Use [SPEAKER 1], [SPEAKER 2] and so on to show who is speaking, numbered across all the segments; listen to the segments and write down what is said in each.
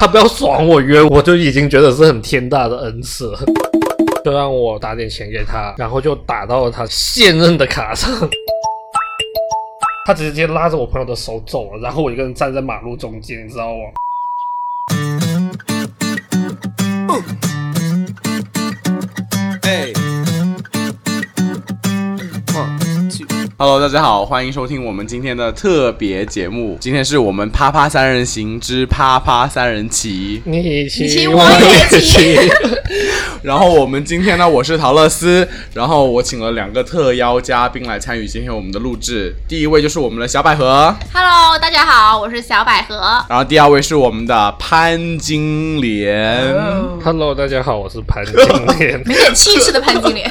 [SPEAKER 1] 他不要爽我约，我就已经觉得是很天大的恩赐了。就让我打点钱给他，然后就打到了他现任的卡上。他直接拉着我朋友的手走了，然后我一个人站在马路中间，你知道吗？
[SPEAKER 2] 哎、Hello，大家好，欢迎收听我们今天的特别节目。今天是我们啪啪三人行之啪啪三人骑。
[SPEAKER 1] 你
[SPEAKER 3] 你
[SPEAKER 1] 骑
[SPEAKER 3] 骑
[SPEAKER 1] 我
[SPEAKER 3] 我也骑
[SPEAKER 1] 骑，
[SPEAKER 2] 然后我们今天呢，我是陶乐斯，然后我请了两个特邀嘉宾来参与今天我们的录制。第一位就是我们的小百合，
[SPEAKER 3] Hello，大家好，我是小百合。
[SPEAKER 2] 然后第二位是我们的潘金莲。
[SPEAKER 1] Hello，大家好，我是潘金 莲，
[SPEAKER 3] 有点气势的潘金莲，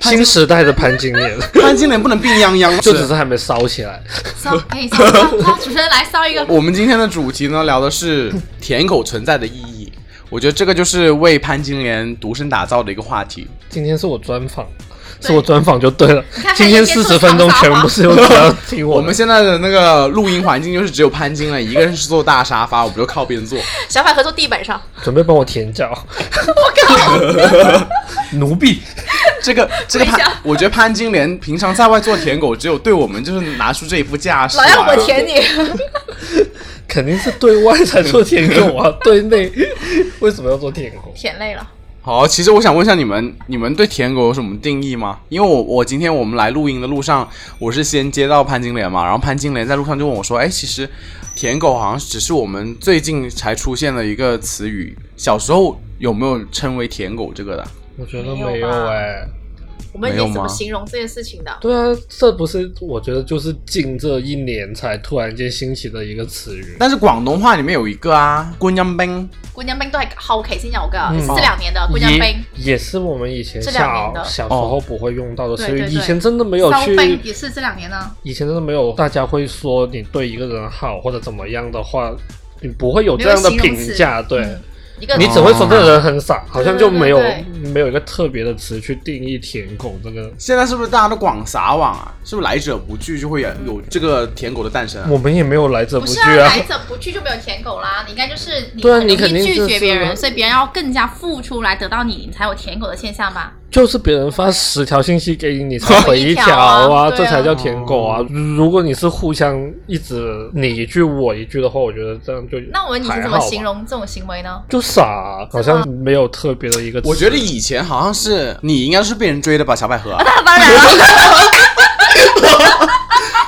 [SPEAKER 1] 新时代的潘金 莲，
[SPEAKER 2] 潘金莲不能病殃殃，
[SPEAKER 1] 就只是还没烧起来。
[SPEAKER 3] 骚可以骚骚骚，主持人来骚 一个。
[SPEAKER 2] 我们今天的主题呢，聊的是舔狗存在的意义。我觉得这个就是为潘金莲独身打造的一个话题。
[SPEAKER 1] 今天是我专访，
[SPEAKER 3] 对
[SPEAKER 1] 是我专访就对了
[SPEAKER 3] 你看。
[SPEAKER 1] 今天四十分钟全部是用他听
[SPEAKER 2] 我
[SPEAKER 1] 我
[SPEAKER 2] 们
[SPEAKER 1] 们
[SPEAKER 2] 现在的那个录音环境就是只有潘金莲一个人是坐大沙发，我们就靠边 坐。
[SPEAKER 3] 小百合坐地板上，
[SPEAKER 1] 准备帮我舔脚。 奴婢，
[SPEAKER 2] 这个这个
[SPEAKER 3] 等一下
[SPEAKER 2] 潘，我觉得潘金莲平常在外做舔狗，只有对我们就是拿出这一副架势
[SPEAKER 3] 老
[SPEAKER 2] 来。啊
[SPEAKER 3] 要我舔 你，
[SPEAKER 1] 肯定是对外才做舔狗啊，对内为什么要做舔狗？
[SPEAKER 3] 舔累了。
[SPEAKER 2] 好，其实我想问一下你们，你们对舔狗有什么定义吗？因为我我今天我们来录音的路上，我是先接到潘金莲嘛，然后潘金莲在路上就问我说：“哎，其实舔狗好像只是我们最近才出现的一个词语，小时候有没有称为舔狗这个的？
[SPEAKER 1] 我觉得
[SPEAKER 3] 得
[SPEAKER 1] 没
[SPEAKER 3] 没
[SPEAKER 1] 有
[SPEAKER 3] 有
[SPEAKER 1] 哎、
[SPEAKER 3] 我们已
[SPEAKER 2] 没有
[SPEAKER 3] 经
[SPEAKER 2] 吗
[SPEAKER 3] 怎么形容这件事情的？
[SPEAKER 1] 对啊，这不是我觉得就是近这一年才突然间兴起的一个词语。
[SPEAKER 2] 但是广东话里面有一个啊，滚娘冰，
[SPEAKER 3] 姑娘兵都还好，我开心讲我个
[SPEAKER 1] 嗯
[SPEAKER 3] 四两年的姑娘
[SPEAKER 1] 也
[SPEAKER 3] 兵，
[SPEAKER 1] 也是我们以前
[SPEAKER 3] 这两
[SPEAKER 1] 小
[SPEAKER 3] 年的
[SPEAKER 1] 小时候不会用到的词
[SPEAKER 3] 对
[SPEAKER 1] 语，
[SPEAKER 3] 对对
[SPEAKER 1] 以前真的没有
[SPEAKER 3] 骚
[SPEAKER 1] 去
[SPEAKER 3] 兵也是这两年呢，
[SPEAKER 1] 以前真的没有，大家会说你对一个人好或者怎么样的话，你不会有这样的评价，对、
[SPEAKER 3] 嗯一个
[SPEAKER 1] 你只会说这个人很傻，好
[SPEAKER 3] 对
[SPEAKER 1] 像就没有
[SPEAKER 3] 哦对
[SPEAKER 1] 没有一个特别的词去定义舔狗这个。
[SPEAKER 2] 现在是不是大家都广撒网啊？是不是来者不拒就会有有这个舔狗的诞生、啊？
[SPEAKER 1] 我们也没有来者
[SPEAKER 3] 不
[SPEAKER 1] 拒
[SPEAKER 3] 是
[SPEAKER 1] 啊，
[SPEAKER 3] 来者不拒就没有舔狗啦。你应该就是你
[SPEAKER 1] 对啊
[SPEAKER 3] 很
[SPEAKER 1] 你肯
[SPEAKER 3] 容易
[SPEAKER 1] 定
[SPEAKER 3] 拒
[SPEAKER 1] 是
[SPEAKER 3] 绝别
[SPEAKER 1] 是
[SPEAKER 3] 人，所以别人要更加付出来得到你，你才有舔狗的现象吧？
[SPEAKER 1] 就是别人发十条信息给你，你才回一条
[SPEAKER 3] 回一条啊
[SPEAKER 1] 这
[SPEAKER 3] 对啊
[SPEAKER 1] 才叫舔狗啊。如果你是互相一直你一句我一句的话，我觉得这样就
[SPEAKER 3] 那我问你是
[SPEAKER 1] 还
[SPEAKER 3] 怎
[SPEAKER 1] 好
[SPEAKER 3] 么
[SPEAKER 1] 吧
[SPEAKER 3] 形？容嗯这种行为呢？
[SPEAKER 1] 就傻啊，好像没有特别的一个词。
[SPEAKER 2] 我觉得以前好像是你应该是被人追的吧，小百合、啊
[SPEAKER 3] 那当然了。。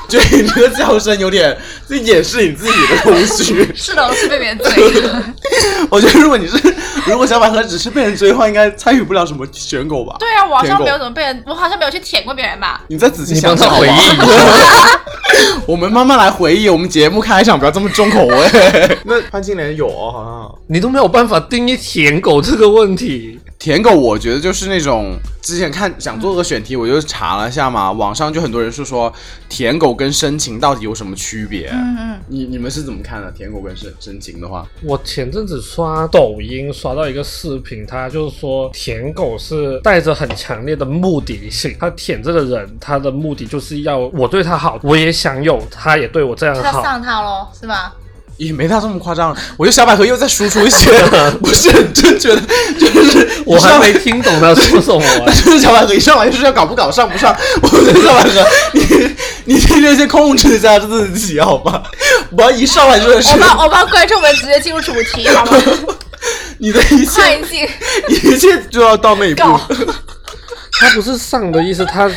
[SPEAKER 2] 就你这个叫声有点在掩饰你自己的空虚
[SPEAKER 3] 是的，我是被别人追的。
[SPEAKER 2] 我觉得如果你是，如果小百合只是被人追的话，应该参与不了什么选狗吧？
[SPEAKER 3] 对啊，我好
[SPEAKER 2] 舔
[SPEAKER 3] 像
[SPEAKER 2] 狗
[SPEAKER 3] 没有怎么被人，我好像没有去舔过别人吧？
[SPEAKER 2] 你再仔细
[SPEAKER 1] 你
[SPEAKER 2] 想
[SPEAKER 1] 帮他
[SPEAKER 2] 想
[SPEAKER 1] 回忆
[SPEAKER 2] 好
[SPEAKER 1] 一
[SPEAKER 2] 不好。
[SPEAKER 1] 下，
[SPEAKER 2] 我们慢慢来回忆，我们节目开场不要这么重口味。 那潘金莲有哦，好像
[SPEAKER 1] 你都没有办法定义舔狗这个问题。
[SPEAKER 2] 舔狗，我觉得就是那种之前看想做个选题，我就查了一下嘛，网上就很多人是说舔狗跟深情到底有什么区别？
[SPEAKER 3] 嗯嗯，
[SPEAKER 2] 你你们是怎么看的？舔狗跟深深情的话，
[SPEAKER 1] 我前阵子刷抖音，刷到一个视频，他就是说舔狗是带着很强烈的目的性，他舔这个人，他的目的就是要我对他好，我也想有，他也对我这样
[SPEAKER 3] 是要
[SPEAKER 1] 好。
[SPEAKER 3] 上套喽，是吧？
[SPEAKER 2] 也没他这么夸张，我觉得小百合又在输出一些 不是很正确的，就是
[SPEAKER 1] 我还
[SPEAKER 2] 上来
[SPEAKER 1] 没听懂他说什么、 欸。
[SPEAKER 2] 就是小百合一上来就是要搞不搞上不上，我觉得小百合你你今天先控制一下自己好吧，不要一上来
[SPEAKER 1] 哦
[SPEAKER 2] 就是
[SPEAKER 3] 我帮我帮观众们直接进入主题，好吗？
[SPEAKER 2] 你的一
[SPEAKER 3] 快
[SPEAKER 2] 切
[SPEAKER 3] 进，
[SPEAKER 2] 一切就要到那一步，
[SPEAKER 3] 告，
[SPEAKER 1] 他不是上的意思， 他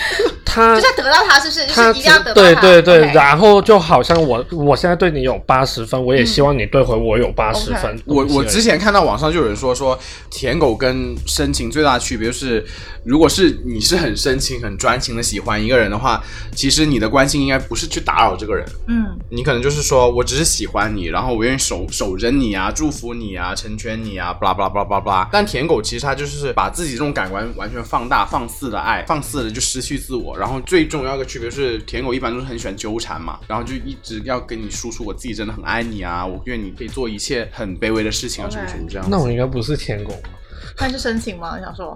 [SPEAKER 1] 他
[SPEAKER 3] 就是要得到他，是不是？就
[SPEAKER 1] 他
[SPEAKER 3] 是一定要
[SPEAKER 1] 只
[SPEAKER 3] 得到
[SPEAKER 1] 对
[SPEAKER 3] 他。
[SPEAKER 1] 对对
[SPEAKER 3] OK
[SPEAKER 1] 然后就好像我我现在对你有八十分，我也希望你对回我有八十
[SPEAKER 3] 嗯 OK
[SPEAKER 1] 分。
[SPEAKER 2] 我我之
[SPEAKER 1] 之
[SPEAKER 2] 前看到网上就有人说说舔狗跟深情最大的区别就是，如果是你是很深情、很专情的喜欢一个人的话，其实你的关心应该不是去打扰这个人，
[SPEAKER 3] 嗯，
[SPEAKER 2] 你可能就是说我只是喜欢你，然后我愿意守守着你啊，祝福你啊，成全你啊，巴拉巴拉巴拉巴拉巴拉。但舔狗其实它就是把自己这种感官完全放大、放肆的爱，放肆的就失去自我。然后最重要的区别是，舔狗一般都是很喜欢纠缠嘛，然后就一直要跟你输出我自己真的很爱你啊，我愿你可以做一切很卑微的事情啊，什么
[SPEAKER 3] OK
[SPEAKER 2] 什么这样子。
[SPEAKER 1] 那我应该不是舔狗。
[SPEAKER 3] 那就申请嘛，我想说，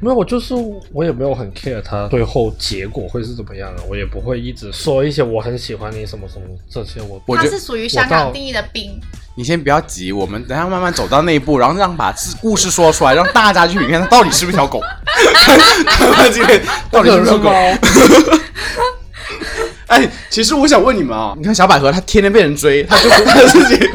[SPEAKER 1] 没有，我就是我也没有很 care 他最后结果会是怎么样啊，我也不会一直说一些我很喜欢你什么什么这些我。
[SPEAKER 2] 我
[SPEAKER 3] 他
[SPEAKER 2] 觉
[SPEAKER 3] 是
[SPEAKER 2] 得
[SPEAKER 3] 属于香港定义的兵，
[SPEAKER 2] 你先不要急，我们等一下慢慢走到那一步，然后让把故事说出来，让大家去评判它到底是不 是条狗， 这个到底是不是条狗？哎，其实我想问你们啊、你看小百合她天天被人追，她就她自己，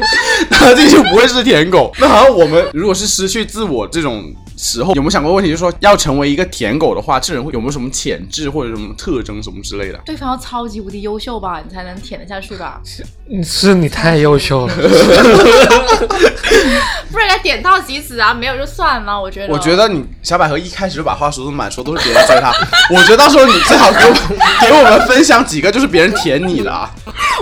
[SPEAKER 2] 她自己就不会是舔狗。 那好像我们如果是失去自我这种时候，有没有想过问题？就是说要成为一个舔狗的话，这人会有没有什么潜质或者什么特征什么之类的？
[SPEAKER 3] 对方要超级无敌优秀吧，你才能舔得下去吧，
[SPEAKER 1] 是你太优秀了，
[SPEAKER 3] 不然人家点到即止啊，没有就算了。我觉得，
[SPEAKER 2] 我觉得你小百合一开始就把话说这么满，说都是别人追 她。我觉得到时候你最好给我给我们分享几个就是别人舔你的啊。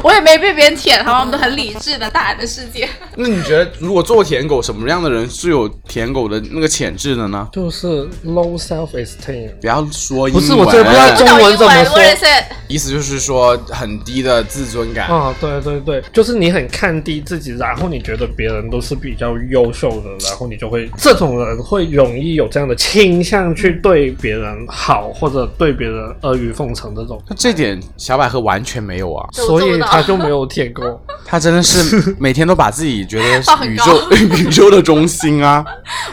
[SPEAKER 3] 我也没被别人舔，好吗？我们都很理智的，大人的世界。
[SPEAKER 2] 那你觉得如果做舔狗，什么样的人是有舔狗的那个潜质的呢？
[SPEAKER 1] 就是 low self esteem。
[SPEAKER 2] 不要说英
[SPEAKER 1] 不
[SPEAKER 2] 文，
[SPEAKER 1] 是我真的不知道中
[SPEAKER 3] 懂
[SPEAKER 1] 文怎么说
[SPEAKER 3] 我也是。
[SPEAKER 2] 意思就是说很低的自尊感。
[SPEAKER 1] 啊、对对对，就是你很看低自己，然后你觉得别人都是比较优秀的，然后你就会这种人会容易有这样的倾向去对别人好，或者对别人阿谀奉承这种，
[SPEAKER 2] 那这点小百合完全没有啊，
[SPEAKER 3] 这我
[SPEAKER 1] 所
[SPEAKER 3] 做不
[SPEAKER 1] 以
[SPEAKER 3] 到
[SPEAKER 1] 他就没有舔过。
[SPEAKER 2] 她真的 是每天都把自己觉得是
[SPEAKER 3] 放很
[SPEAKER 2] 宇
[SPEAKER 3] 高
[SPEAKER 2] 宙 宇宙的中心啊。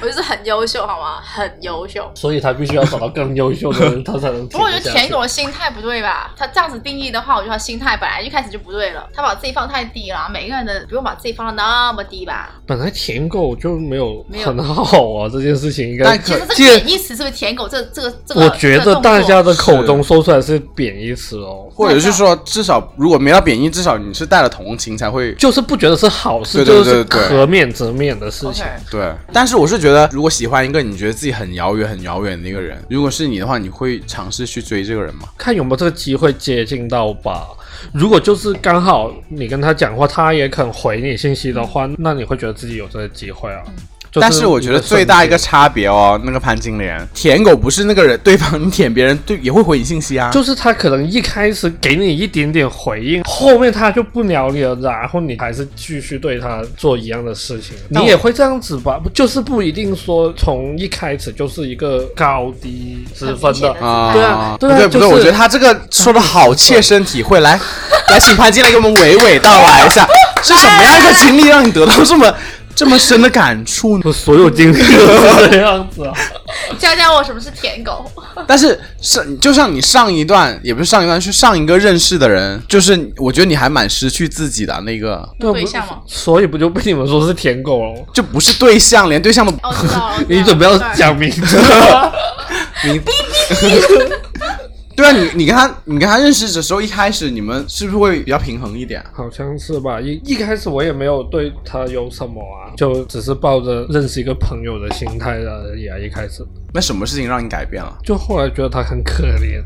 [SPEAKER 3] 我就是很优秀，好吗？很优秀。
[SPEAKER 1] 所以他必须要找到更优秀的人，他 才能
[SPEAKER 3] 不
[SPEAKER 1] 舔
[SPEAKER 3] 过我觉
[SPEAKER 1] 得
[SPEAKER 3] 得
[SPEAKER 1] 下
[SPEAKER 3] 舔
[SPEAKER 1] 去。
[SPEAKER 3] 狗的心态不对吧？他这样子定义的话，我觉得他心态本来一开始就不对了，他把自己放太低了。每个人的不用把自己放的那么低吧？
[SPEAKER 1] 本来舔狗就没有
[SPEAKER 3] 没有
[SPEAKER 1] 很好啊，这件事情应该
[SPEAKER 2] 但。
[SPEAKER 3] 其
[SPEAKER 2] 可
[SPEAKER 3] 实这
[SPEAKER 1] 既
[SPEAKER 3] 个
[SPEAKER 1] 然
[SPEAKER 3] 贬义词是不是舔狗这这个这个？
[SPEAKER 1] 我觉
[SPEAKER 3] 这个
[SPEAKER 1] 得
[SPEAKER 3] 动
[SPEAKER 1] 大
[SPEAKER 3] 作
[SPEAKER 1] 家的口中说出来是贬义词哦，
[SPEAKER 2] 或者是说，至少如果没到贬义，至少你是带了同情才会
[SPEAKER 1] 就是不觉得是好事，
[SPEAKER 2] 对对
[SPEAKER 1] 就
[SPEAKER 2] 对
[SPEAKER 1] 是
[SPEAKER 2] 对
[SPEAKER 1] 可免则免的事
[SPEAKER 3] OK
[SPEAKER 1] 情。
[SPEAKER 2] 对。但是我是觉得，如果喜欢一个你觉得自己很遥远、很遥远的一个人，如果是你的话，你会尝试去追这个人吗？
[SPEAKER 1] 看有没有这个机会接近到吧。如果就是刚好你跟他讲话，他也肯回你信息的
[SPEAKER 3] 嗯
[SPEAKER 1] 话，那你会觉得自己有这个机会啊。就
[SPEAKER 2] 但是我觉得最大一个差别哦，那个潘金莲舔狗不是那个人，对方你舔别人对也会回你信息啊。
[SPEAKER 1] 就是他可能一开始给你一点点回应，后面他就不鸟你了，然后你还是继续对他做一样的事情，
[SPEAKER 2] 那
[SPEAKER 1] 你
[SPEAKER 2] 我
[SPEAKER 1] 也会这样子吧？不就是不一定说从一开始就是一个高低之分的
[SPEAKER 3] 很明显的
[SPEAKER 2] 啊，
[SPEAKER 1] 对啊
[SPEAKER 2] 不
[SPEAKER 1] 对啊
[SPEAKER 2] 对不
[SPEAKER 1] 就
[SPEAKER 2] 对，
[SPEAKER 1] 是
[SPEAKER 2] 我觉得他这个说的好切身体会， 来来，请潘金来给我们娓娓道来一下，是什么样一个经历让你得到这么这么深的感触呢？
[SPEAKER 1] 不，所有经历都是这样子啊。
[SPEAKER 3] 教教我什么是 舔狗。
[SPEAKER 2] 但是上就像你上一段，也不是上一段，是上一个认识的人，就是我觉得你还蛮失去自己的那个，
[SPEAKER 1] 对
[SPEAKER 3] 对
[SPEAKER 1] 不
[SPEAKER 3] 象吗
[SPEAKER 1] 所以不就被你们说是舔狗了吗？
[SPEAKER 2] 就不是对象，连对象都
[SPEAKER 3] 哦，我知道了。我知道了
[SPEAKER 1] 你准备 要？讲名字吗？
[SPEAKER 2] 你对啊，你你跟他你跟他认识的时候，一开始你们是不是会比较平衡一点？
[SPEAKER 1] 好像是吧，一一开始我也没有对他有什么啊，就只是抱着认识一个朋友的心态而已啊。一开始
[SPEAKER 2] 那什么事情让你改变了？
[SPEAKER 1] 就后来觉得他很可怜，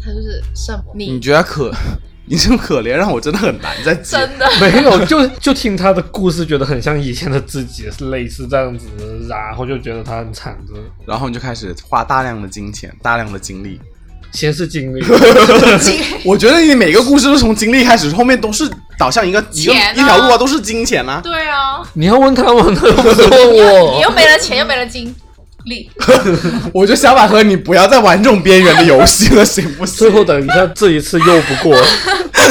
[SPEAKER 3] 他就是圣母，
[SPEAKER 2] 你
[SPEAKER 3] 你
[SPEAKER 2] 觉得可， 你这么可怜，让我真的很难再接。
[SPEAKER 3] 真的
[SPEAKER 1] 没有就就听他的故事，觉得很像以前的自己，是类似这样子，然后就觉得他很惨的。
[SPEAKER 2] 然后你就开始花大量的金钱、大量的精力。
[SPEAKER 1] 先是 经历，
[SPEAKER 2] 我觉得你每个故事都是从经历开始，后面都是导向一个一个
[SPEAKER 3] 钱啊
[SPEAKER 2] 一条路啊，都是金钱啊。
[SPEAKER 3] 对啊，
[SPEAKER 1] 你要问他们，他又不是问
[SPEAKER 3] 你
[SPEAKER 1] 我
[SPEAKER 3] 又。没了钱，又没了精力，
[SPEAKER 2] 我觉得小百合，你不要再玩这种边缘的游戏了，行不行？
[SPEAKER 1] 最后等一下，这一次又不过，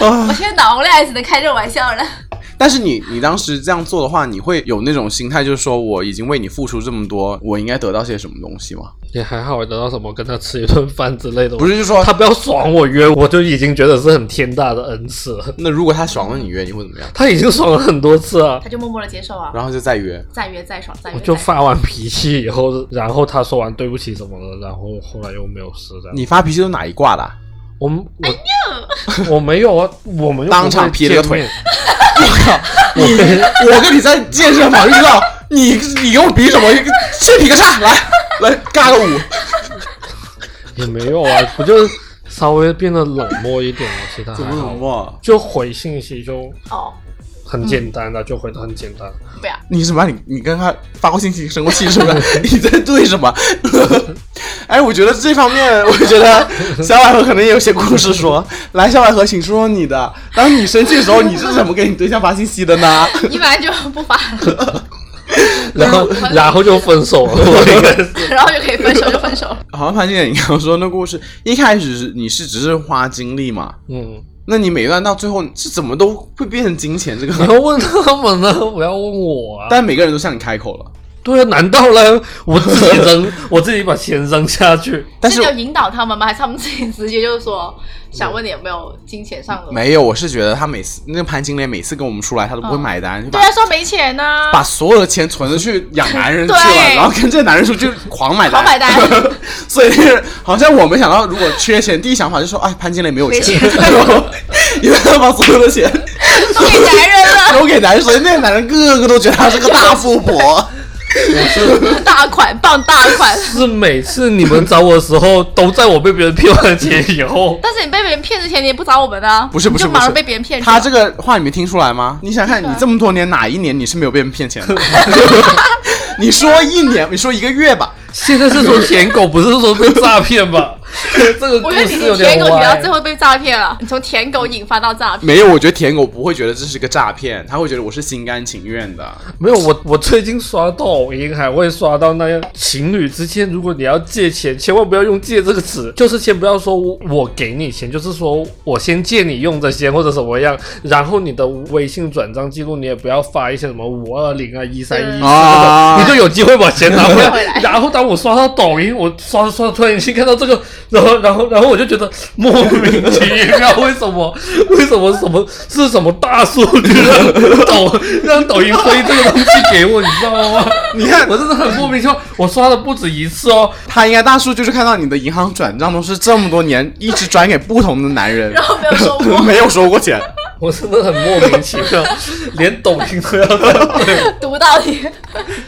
[SPEAKER 3] 我现在脑红还只能开这种玩笑了。
[SPEAKER 2] 但是你你当时这样做的话，你会有那种心态，就是说我已经为你付出这么多，我应该得到些什么东西吗？
[SPEAKER 1] 也还好，得到什么跟他吃一顿饭之类的。
[SPEAKER 2] 不是，就说
[SPEAKER 1] 他不要爽我约，我就已经觉得是很天大的恩赐了。
[SPEAKER 2] 那如果他爽了你约，你会怎么样？
[SPEAKER 1] 他已经爽了很多次啊，
[SPEAKER 3] 他就默默的接受啊，
[SPEAKER 2] 然后就再约。
[SPEAKER 3] 再约再爽，再约
[SPEAKER 1] 我
[SPEAKER 3] 再
[SPEAKER 1] 就
[SPEAKER 3] 爽
[SPEAKER 1] 发完脾气以后，然后他说完对不起什么的，然后后来又没有事的。
[SPEAKER 2] 你发脾气都哪一挂的啊、
[SPEAKER 1] 我们我我没有啊，我们又
[SPEAKER 2] 当场
[SPEAKER 1] 不会
[SPEAKER 2] 劈了个腿
[SPEAKER 1] 见面。
[SPEAKER 2] 我靠！
[SPEAKER 1] 我跟
[SPEAKER 2] 我跟你在健身房遇到，你你跟我比什么？去劈个叉，来来尬个舞。
[SPEAKER 1] 也没有啊，不就是稍微变得冷漠一点嘛，其他还好。
[SPEAKER 2] 漠？
[SPEAKER 1] 就回信息就
[SPEAKER 3] 哦，
[SPEAKER 1] 很简单啊的，就回的很简 单。
[SPEAKER 3] 不要，
[SPEAKER 2] 你什么？你你跟他发过信息、生过气是不 是？你在对什么？哎，我觉得这方面，我觉得小百合可能也有些故事说。来，小百合，请说说你的。当你生气的时候，你是怎么给你对象发信息的 呢？
[SPEAKER 3] 一般就不发 了，
[SPEAKER 1] 然后
[SPEAKER 3] 然后
[SPEAKER 1] 然后就分手了， 我应该是
[SPEAKER 3] 然后就可以分手就分手了。
[SPEAKER 2] 好像潘金莲，你刚刚说那故事，一开始是你是只是花精力嘛？
[SPEAKER 1] 嗯。
[SPEAKER 2] 那你每段到最后是怎么都会变成金钱这
[SPEAKER 1] 你
[SPEAKER 2] 个？
[SPEAKER 1] 要问他们呢，不要问我啊。
[SPEAKER 2] 但每个人都向你开口了，
[SPEAKER 1] 对啊，难道呢？我自己扔， 我自己把钱扔下去，
[SPEAKER 2] 但
[SPEAKER 3] 是
[SPEAKER 2] 是
[SPEAKER 3] 你要引导他们吗？还是 他们自己直接就是说，想问你有没有金钱上的？
[SPEAKER 2] 没有，我是觉得他每次那个潘金莲每次跟我们出来，他都不会买单，就
[SPEAKER 3] 对
[SPEAKER 2] 把
[SPEAKER 3] 啊，说没钱呐、
[SPEAKER 2] 把所有的钱存着去养男 人去了，
[SPEAKER 3] 对
[SPEAKER 2] 然后跟这个男人出去狂买单，
[SPEAKER 3] 狂买单。
[SPEAKER 2] 所以就是好像我们想到如果缺钱，第一想法就说，哎，潘金莲没有
[SPEAKER 3] 没
[SPEAKER 2] 钱，
[SPEAKER 3] 钱
[SPEAKER 2] 然后因为他把所有的钱
[SPEAKER 3] 都给男人 啊了，
[SPEAKER 2] 都给男人，所以那个男人个个都觉得他是个大富 婆。
[SPEAKER 3] 大款傍大款。
[SPEAKER 1] 是每次你们找我的时候，都在我被别人骗完钱以后，
[SPEAKER 3] 但是你被别人骗之前，你也不找我们啊？
[SPEAKER 2] 不是不是
[SPEAKER 3] 你就
[SPEAKER 2] 不
[SPEAKER 3] 忙
[SPEAKER 2] 是
[SPEAKER 3] 着被别人骗去啊
[SPEAKER 2] 他
[SPEAKER 3] 了。
[SPEAKER 2] 这个话你没听出来吗？你想看，你这么多年哪一年你是没有被人骗钱的？ 你说一年，你说一个月吧，
[SPEAKER 1] 现在是说舔狗，不是说被诈骗吧？ 这个故
[SPEAKER 3] 我觉得你
[SPEAKER 1] 事有
[SPEAKER 3] 从舔
[SPEAKER 1] 点
[SPEAKER 3] 狗舔到
[SPEAKER 1] 歪
[SPEAKER 3] 最。后被诈骗了，你从舔狗引发到 诈骗。
[SPEAKER 2] 没有。我觉得舔狗不会觉得这是个诈骗，他会觉得我是心甘情愿的。
[SPEAKER 1] 没有，我我最近刷抖音还会刷到那样情侣之间，如果你要借钱，千万不要用“借”这个词，就是先不要说我我给你钱，就是说我先借你用着先或者什么样，然后你的微信转账记录你也不要发一些什么五二零啊、一三一
[SPEAKER 2] 啊
[SPEAKER 1] 你就有机会把钱拿回
[SPEAKER 3] 拿回
[SPEAKER 1] 来
[SPEAKER 3] 来。
[SPEAKER 1] 然后当我刷到抖音，我刷着刷着突然间看到这个，然后然后然后我就觉得莫名其妙，为什么 为什么什么是什么大数据让抖让抖音推这个东西给我，你知道吗？
[SPEAKER 2] 你看
[SPEAKER 1] 我真的很莫名其妙，我刷了不止一次哦。
[SPEAKER 2] 他应该大数据是看到你的银行转账都是这么多年一直转给不同的男人
[SPEAKER 3] 然，后没有 说
[SPEAKER 2] 没有收过钱。
[SPEAKER 1] 我真的很莫名其妙， 连抖音都要这样，
[SPEAKER 3] 我读到你，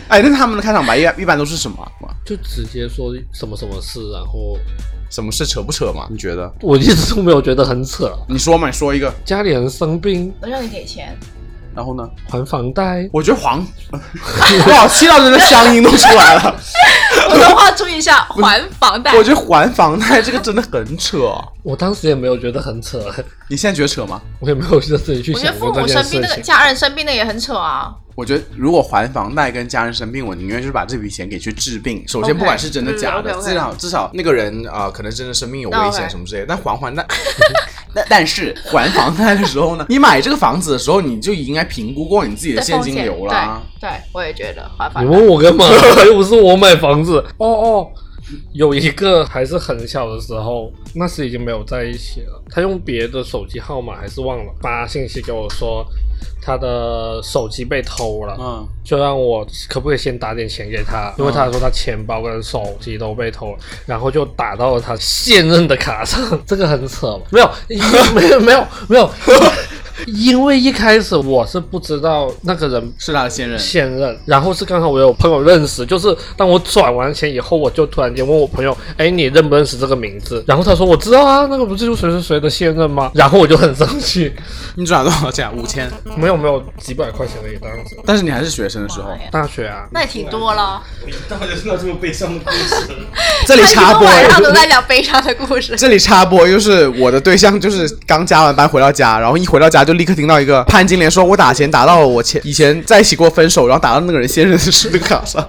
[SPEAKER 2] 哎，那他们的开场白一一般都是什么？
[SPEAKER 1] 就直接说什么什么事，然后
[SPEAKER 2] 什么事扯不扯嘛？你觉得？
[SPEAKER 1] 我一直都没有觉得很扯。
[SPEAKER 2] 你说嘛，你说一个。
[SPEAKER 1] 家里人生病
[SPEAKER 3] 我让你给钱，
[SPEAKER 2] 然后呢？
[SPEAKER 1] 还房贷，
[SPEAKER 2] 我觉得黄， 哇，气到人的乡音都出来了。
[SPEAKER 3] 我的话注意 一下，还房贷。
[SPEAKER 2] 我觉得还房贷这个真的很扯。
[SPEAKER 1] 我当时也没有觉得很扯，
[SPEAKER 2] 你现在觉得扯吗？
[SPEAKER 1] 我也没有认真去
[SPEAKER 3] 我觉得
[SPEAKER 1] 想
[SPEAKER 3] 父
[SPEAKER 1] 过
[SPEAKER 3] 母
[SPEAKER 1] 这件
[SPEAKER 3] 生
[SPEAKER 1] 事
[SPEAKER 3] 病，那个
[SPEAKER 1] 情。
[SPEAKER 3] 家人生病的也很扯啊。
[SPEAKER 2] 我觉得如果还房贷跟家人生病，我宁愿就是把这笔钱给去治病。首先，
[SPEAKER 3] OK，
[SPEAKER 2] 不管是真的
[SPEAKER 3] 嗯
[SPEAKER 2] 假的，
[SPEAKER 3] OK，OK
[SPEAKER 2] 至少至少那个人啊、呃可能真的生病有危险
[SPEAKER 3] OK
[SPEAKER 2] 什么之类的。但还 还贷，但但是还房贷的时候呢，你买这个房子的时候，你就应该评估过你自己的
[SPEAKER 3] 对
[SPEAKER 2] 现
[SPEAKER 3] 风
[SPEAKER 2] 金
[SPEAKER 3] 险
[SPEAKER 2] 流啦。
[SPEAKER 3] 对，对我也觉得还房
[SPEAKER 1] 你
[SPEAKER 3] 贷。
[SPEAKER 1] 问我 干嘛？又不是我买房子。哦哦，有一个还是很小的时候，那时已经没有在一起了。他用别的手机号码还是忘了发信息给我说，他的手机被偷了。
[SPEAKER 2] 嗯，
[SPEAKER 1] 就让我可不可以先打点钱给他，因为他说他钱包跟手机都被偷了，然后就打到了他现任的卡上， 这个很扯吧？没有， 没有，没有，没有， 因为一开始我是不知道那个人
[SPEAKER 2] 是他的现任。
[SPEAKER 1] 现任，然后是刚好我有朋友认识，就是当我转完钱以后，我就突然间问我朋友，哎，你认不认识这个名字？然后他说我知道啊，那个不是就谁谁谁的现任吗？然后我就很生气，
[SPEAKER 2] 你转了多少钱？五千。
[SPEAKER 3] 嗯
[SPEAKER 1] 没有没有 几百块钱而已，当时
[SPEAKER 2] 但是你还是学生的时候
[SPEAKER 3] 妈，哎呀
[SPEAKER 1] 大学啊，
[SPEAKER 3] 那也挺多了，
[SPEAKER 4] 大家听到这么悲伤的故事，
[SPEAKER 2] 这里插播
[SPEAKER 3] 他一个。晚上都在讲悲伤的故 事。
[SPEAKER 2] 这里插播，就是我的对象，就是刚加完班回到家，然后一回到家就立刻听到一个潘金莲说：“我打钱打到了我前以前在一起过分手，然后打到那个人现任的那个卡 上。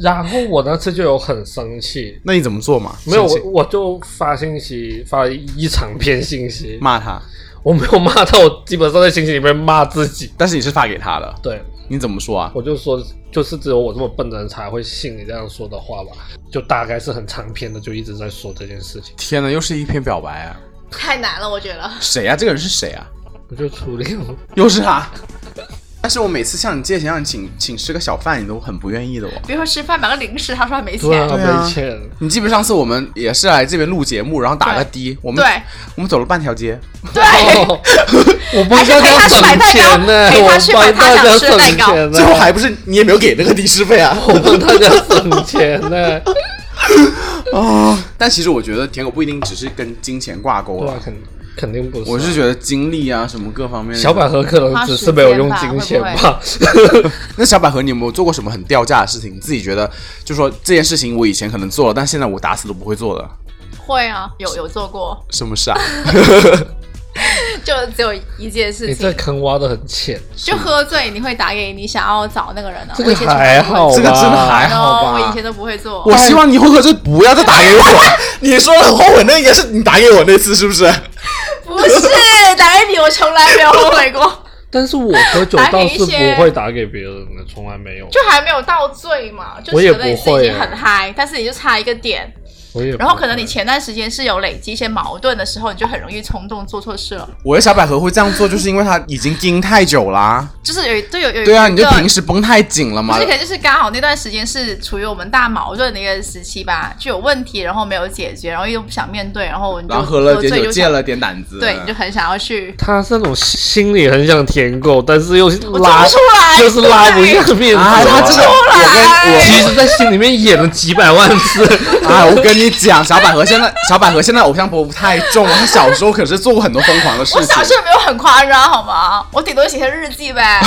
[SPEAKER 1] 然后我那次就有很生气”，
[SPEAKER 2] 那你怎么做嘛？
[SPEAKER 1] 没有
[SPEAKER 2] 生
[SPEAKER 1] 我
[SPEAKER 2] 气
[SPEAKER 1] 我就发信息发了一长篇信息，
[SPEAKER 2] 骂他，
[SPEAKER 1] 我没有骂他，我基本上在信息里面骂自己。
[SPEAKER 2] 但是你是发给他的，
[SPEAKER 1] 对，
[SPEAKER 2] 你怎么说啊？
[SPEAKER 1] 我就说，就是只有我这么笨的人才会信你这样说的话吧，就大概是很长篇的，就一直在说这件事情。
[SPEAKER 2] 天哪，又是一篇表白啊！
[SPEAKER 3] 太难了，我觉得。
[SPEAKER 2] 谁啊？这个人是谁啊？
[SPEAKER 1] 我就初恋了，
[SPEAKER 2] 又是他。但是我每次向你借钱，让你请请吃个小饭，你都很不愿意的哦。
[SPEAKER 3] 比如说吃饭买个零食，他说他没
[SPEAKER 1] 对
[SPEAKER 3] 钱
[SPEAKER 1] 啊，。
[SPEAKER 2] 对啊
[SPEAKER 1] 没钱。
[SPEAKER 2] 你记不？上次我们也是来这边录节目，然后打个的，我们
[SPEAKER 3] 对
[SPEAKER 2] 我们走了半条街，
[SPEAKER 3] 对，
[SPEAKER 2] 啊
[SPEAKER 1] 哦、 我帮
[SPEAKER 3] 还是
[SPEAKER 1] 大家
[SPEAKER 3] 陪他去
[SPEAKER 1] 省
[SPEAKER 3] 买蛋糕
[SPEAKER 1] 钱呢，
[SPEAKER 3] 陪
[SPEAKER 1] 我
[SPEAKER 3] 他去
[SPEAKER 1] 帮
[SPEAKER 3] 买
[SPEAKER 1] 大
[SPEAKER 3] 他
[SPEAKER 1] 家
[SPEAKER 3] 想吃
[SPEAKER 1] 省
[SPEAKER 3] 的蛋糕
[SPEAKER 1] 钱呢，
[SPEAKER 2] 最后还不是你也没有给那个的士费啊。
[SPEAKER 1] 我帮大家省钱呢。
[SPEAKER 2] 但其实我觉得舔狗不一定只是跟金钱挂钩
[SPEAKER 1] 对
[SPEAKER 2] 了
[SPEAKER 1] 啊，，肯肯定不是啊。
[SPEAKER 2] 我是觉得精力啊什么各方面的。
[SPEAKER 1] 小百合可能只是没有用金钱吧。
[SPEAKER 2] 那小百合，你有没有做过什么很掉价的事情？你自己觉得就说这件事情我以前可能做了，但现在我打死都不会做的，
[SPEAKER 3] 会啊，有有做过，
[SPEAKER 2] 什么事啊？
[SPEAKER 3] 就只有一件事
[SPEAKER 1] 你这
[SPEAKER 3] 情，
[SPEAKER 2] 哎
[SPEAKER 1] 坑挖的很浅，
[SPEAKER 3] 就喝醉你会打给你想要找那个人的、
[SPEAKER 1] 这
[SPEAKER 3] 我
[SPEAKER 1] 个
[SPEAKER 3] 以前从
[SPEAKER 1] 还
[SPEAKER 3] 来不会
[SPEAKER 1] 好吧？
[SPEAKER 2] 这个真的 还好
[SPEAKER 3] no，我以
[SPEAKER 2] 吧
[SPEAKER 3] 前？都不会做。
[SPEAKER 2] 我希望你以后就不要再打给我。你说的很后悔，那应该是你打给我那次，是不是？
[SPEAKER 3] 不是，对，打给你，我从来 没有后悔过，
[SPEAKER 1] 但是我喝酒
[SPEAKER 3] 打给
[SPEAKER 1] 倒
[SPEAKER 3] 一
[SPEAKER 1] 是不
[SPEAKER 3] 些
[SPEAKER 1] 会打给别人的，从来没有，
[SPEAKER 3] 就还没有到醉嘛，就
[SPEAKER 1] 我也
[SPEAKER 3] 觉得你
[SPEAKER 1] 不
[SPEAKER 3] 自己已
[SPEAKER 1] 会
[SPEAKER 3] 经很嗨，但是你就差一个点，
[SPEAKER 1] 我也不会。
[SPEAKER 3] 然后可能你前段时间是有累积一些矛盾的时候，你就很容易冲动做错事了。
[SPEAKER 2] 我的小百合会这样做，就是因为她已经盯太久啦。
[SPEAKER 3] 就是有就有有
[SPEAKER 2] 对啊，你就
[SPEAKER 3] 一个
[SPEAKER 2] 平时绷太紧了
[SPEAKER 3] 不
[SPEAKER 2] 嘛
[SPEAKER 3] 是，可。能就是刚好那段时间是处于我们大矛盾的一个时期吧，就有问题，然后没有解决，然后又不想面对，然后你就
[SPEAKER 2] 然后喝了
[SPEAKER 3] 喝醉
[SPEAKER 2] 点酒，
[SPEAKER 3] 就
[SPEAKER 2] 借
[SPEAKER 3] 想
[SPEAKER 2] 了点胆子。
[SPEAKER 3] 对，你就很想要去，
[SPEAKER 1] 他是那种心里很想舔狗，但是又是
[SPEAKER 3] 我做
[SPEAKER 1] 拉
[SPEAKER 3] 不出来，
[SPEAKER 1] 就是拉不下面子。
[SPEAKER 2] 啊，他这个，我跟我
[SPEAKER 1] 其实，在心里面演了几百万 次。
[SPEAKER 2] 啊，我跟你讲，小百合现在小百合现在偶像包袱太重了。她小时候可是做过很多疯狂的事
[SPEAKER 3] 我小时
[SPEAKER 2] 情。
[SPEAKER 3] 候没有很夸张，好吗？我顶多写写日记 呗。小